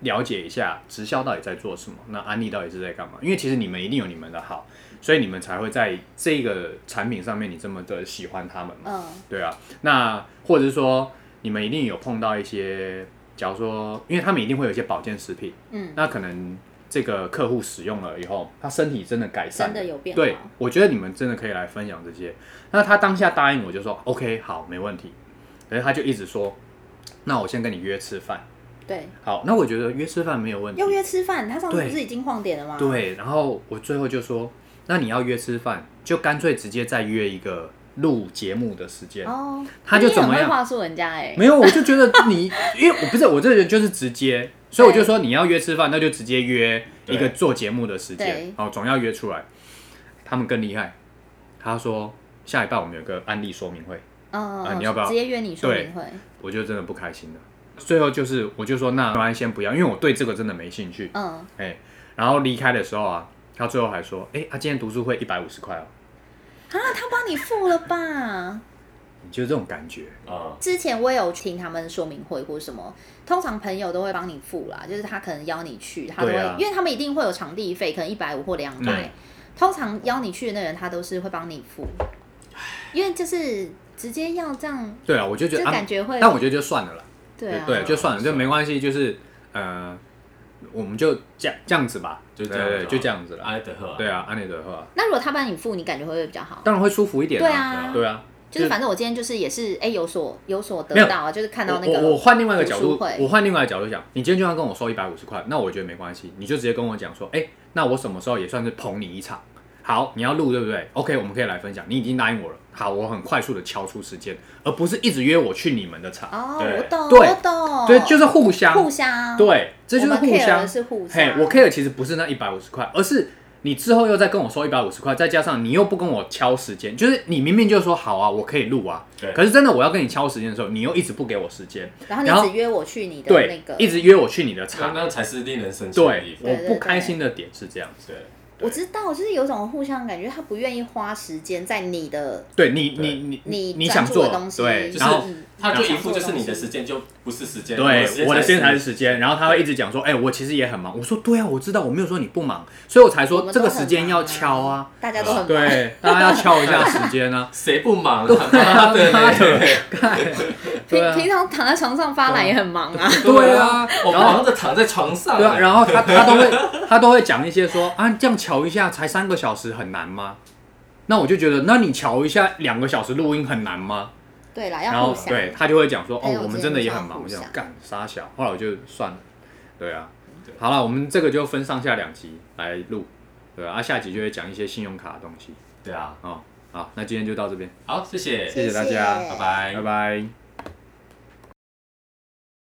了解一下直销到底在做什么，那安利到底是在干嘛？因为其实你们一定有你们的好，所以你们才会在这个产品上面你这么的喜欢他们嘛。
嗯，
对啊，那或者是说你们一定有碰到一些，假如说，因为他们一定会有一些保健食品，
嗯，
那可能这个客户使用了以后，他身体真的改善
真
了，
的有变化。
对，我觉得你们真的可以来分享这些。那他当下答应我就说 OK，好，没问题。可是他就一直说，那我先跟你约吃饭。
对，
好，那我觉得约吃饭没有问题
又。约吃饭，他上次
嗯对
不是已经晃点了吗？，
对，然后我最后就说，那你要约吃饭，就干脆直接再约一个录节目的时间。
哦，
他就怎么
你也
样
很会？话术人家哎，
没有，我就觉得 你，因为我不是我这个人就是直接，所以我就说你要约吃饭，那就直接约一个
对
做节目的时间
对，
好，总要约出来。他们更厉害，他说下礼拜我们有个案例说明会，
嗯，
啊
嗯
你要不要
直接约你说明会？
我就真的不开心了。最后就是我就说那不然先不要，因为我对这个真的没兴趣，
嗯，
哎、然后离开的时候啊，他最后还说，哎、他、今天读书会一百五十块哦，
啊，他帮你付了吧？
你就这种感觉，
啊，
之前我也有听他们说明会或什么，通常朋友都会帮你付啦，就是他可能邀你去，他都会，
对啊
因为他们一定会有场地费，可能一百五或两百、
嗯
通常邀你去的那人，他都是会帮你付，因为就是直接要这样，
对啊，我就觉
这
得，啊
感觉会，
但我觉得就算了啦。
对啊，
对，
啊
就算了，就没关系，就是呃，我们就这样这样子吧，
就这
对
样子
对，
啊
就这样子了。
埃德赫啊，
对啊，安利的话，
那如果他帮你付，你感觉会不会比较好？
当然会舒服一点
对
啊。
啊，
对啊，
就是反正我今天就是也是哎、有所有所
没有
得到啊，就是看
我
到那
我我
个
换另外一个角
读
度
书会，
我换另外一个角度想，你今天就算跟我收一百五十块，那我觉得没关系，你就直接跟我讲说，哎，那我什么时候也算是捧你一场。好，你要录对不对？OK，我们可以来分享。你已经答应我了，好，我很快速的敲出时间，而不是一直约我去你们的场。
哦，
对
我懂
对
我懂，
对，就是互相，
互相，
对，这就是
我们
互
care 的
相。
是啊互
嘿
相，，
我 care 其实不是那一百五十块，而是你之后又再跟我收一百五十块，再加上你又不跟我敲时间，就是你明明就说好啊，我可以录啊，
对
可是真的我要跟你敲时间的时候，你又一直不给我时间，
然后
然后
你只约我去你的那
对，
个，
一直约我去你的
那
场，
那才是令人生气的地
对，
方。
我
对对
不开心的点是这样子。
对，
我知道，就是有种互相感觉，他不愿意花时间在你的
对你，
对
你
你
你你想
专注
做
的东西，
对，
就是
然后
嗯
他就一副就是你的时间就不是时间，。
对我的时间才是时间，然后他会一直讲说，哎，我其实也很忙。我说对啊，我知道，我没有说你不忙，所以我才
我
说
们
这
都
个
很
时间要
忙啊
敲啊，
大家都很忙，
对，大家要敲一下时间啊
谁不忙啊？
对啊
妈的
妈的
嘞！
对啊
平平常躺在床上发懒也很忙 啊。
对啊，
我
然后
忙着躺在床 上。
对啊，然后他他都会他都会讲一些说啊，这样瞧一下才三个小时很难吗？那我就觉得，那你瞧一下两个小时录音很难吗？
对啦，
然
要
后
互相
对他就会讲说，
朋
哦
友，
我们
间
真的
互
也
相
很忙，
互
我想
相
干傻小，后来我就算了，对啊，好了，我们这个就分上下两集来录，对啊，啊下集就会讲一些信用卡的东西
对啊，
哦。好，那今天就到这边，
好，谢谢，
谢谢大家
谢
拜拜
拜。拜。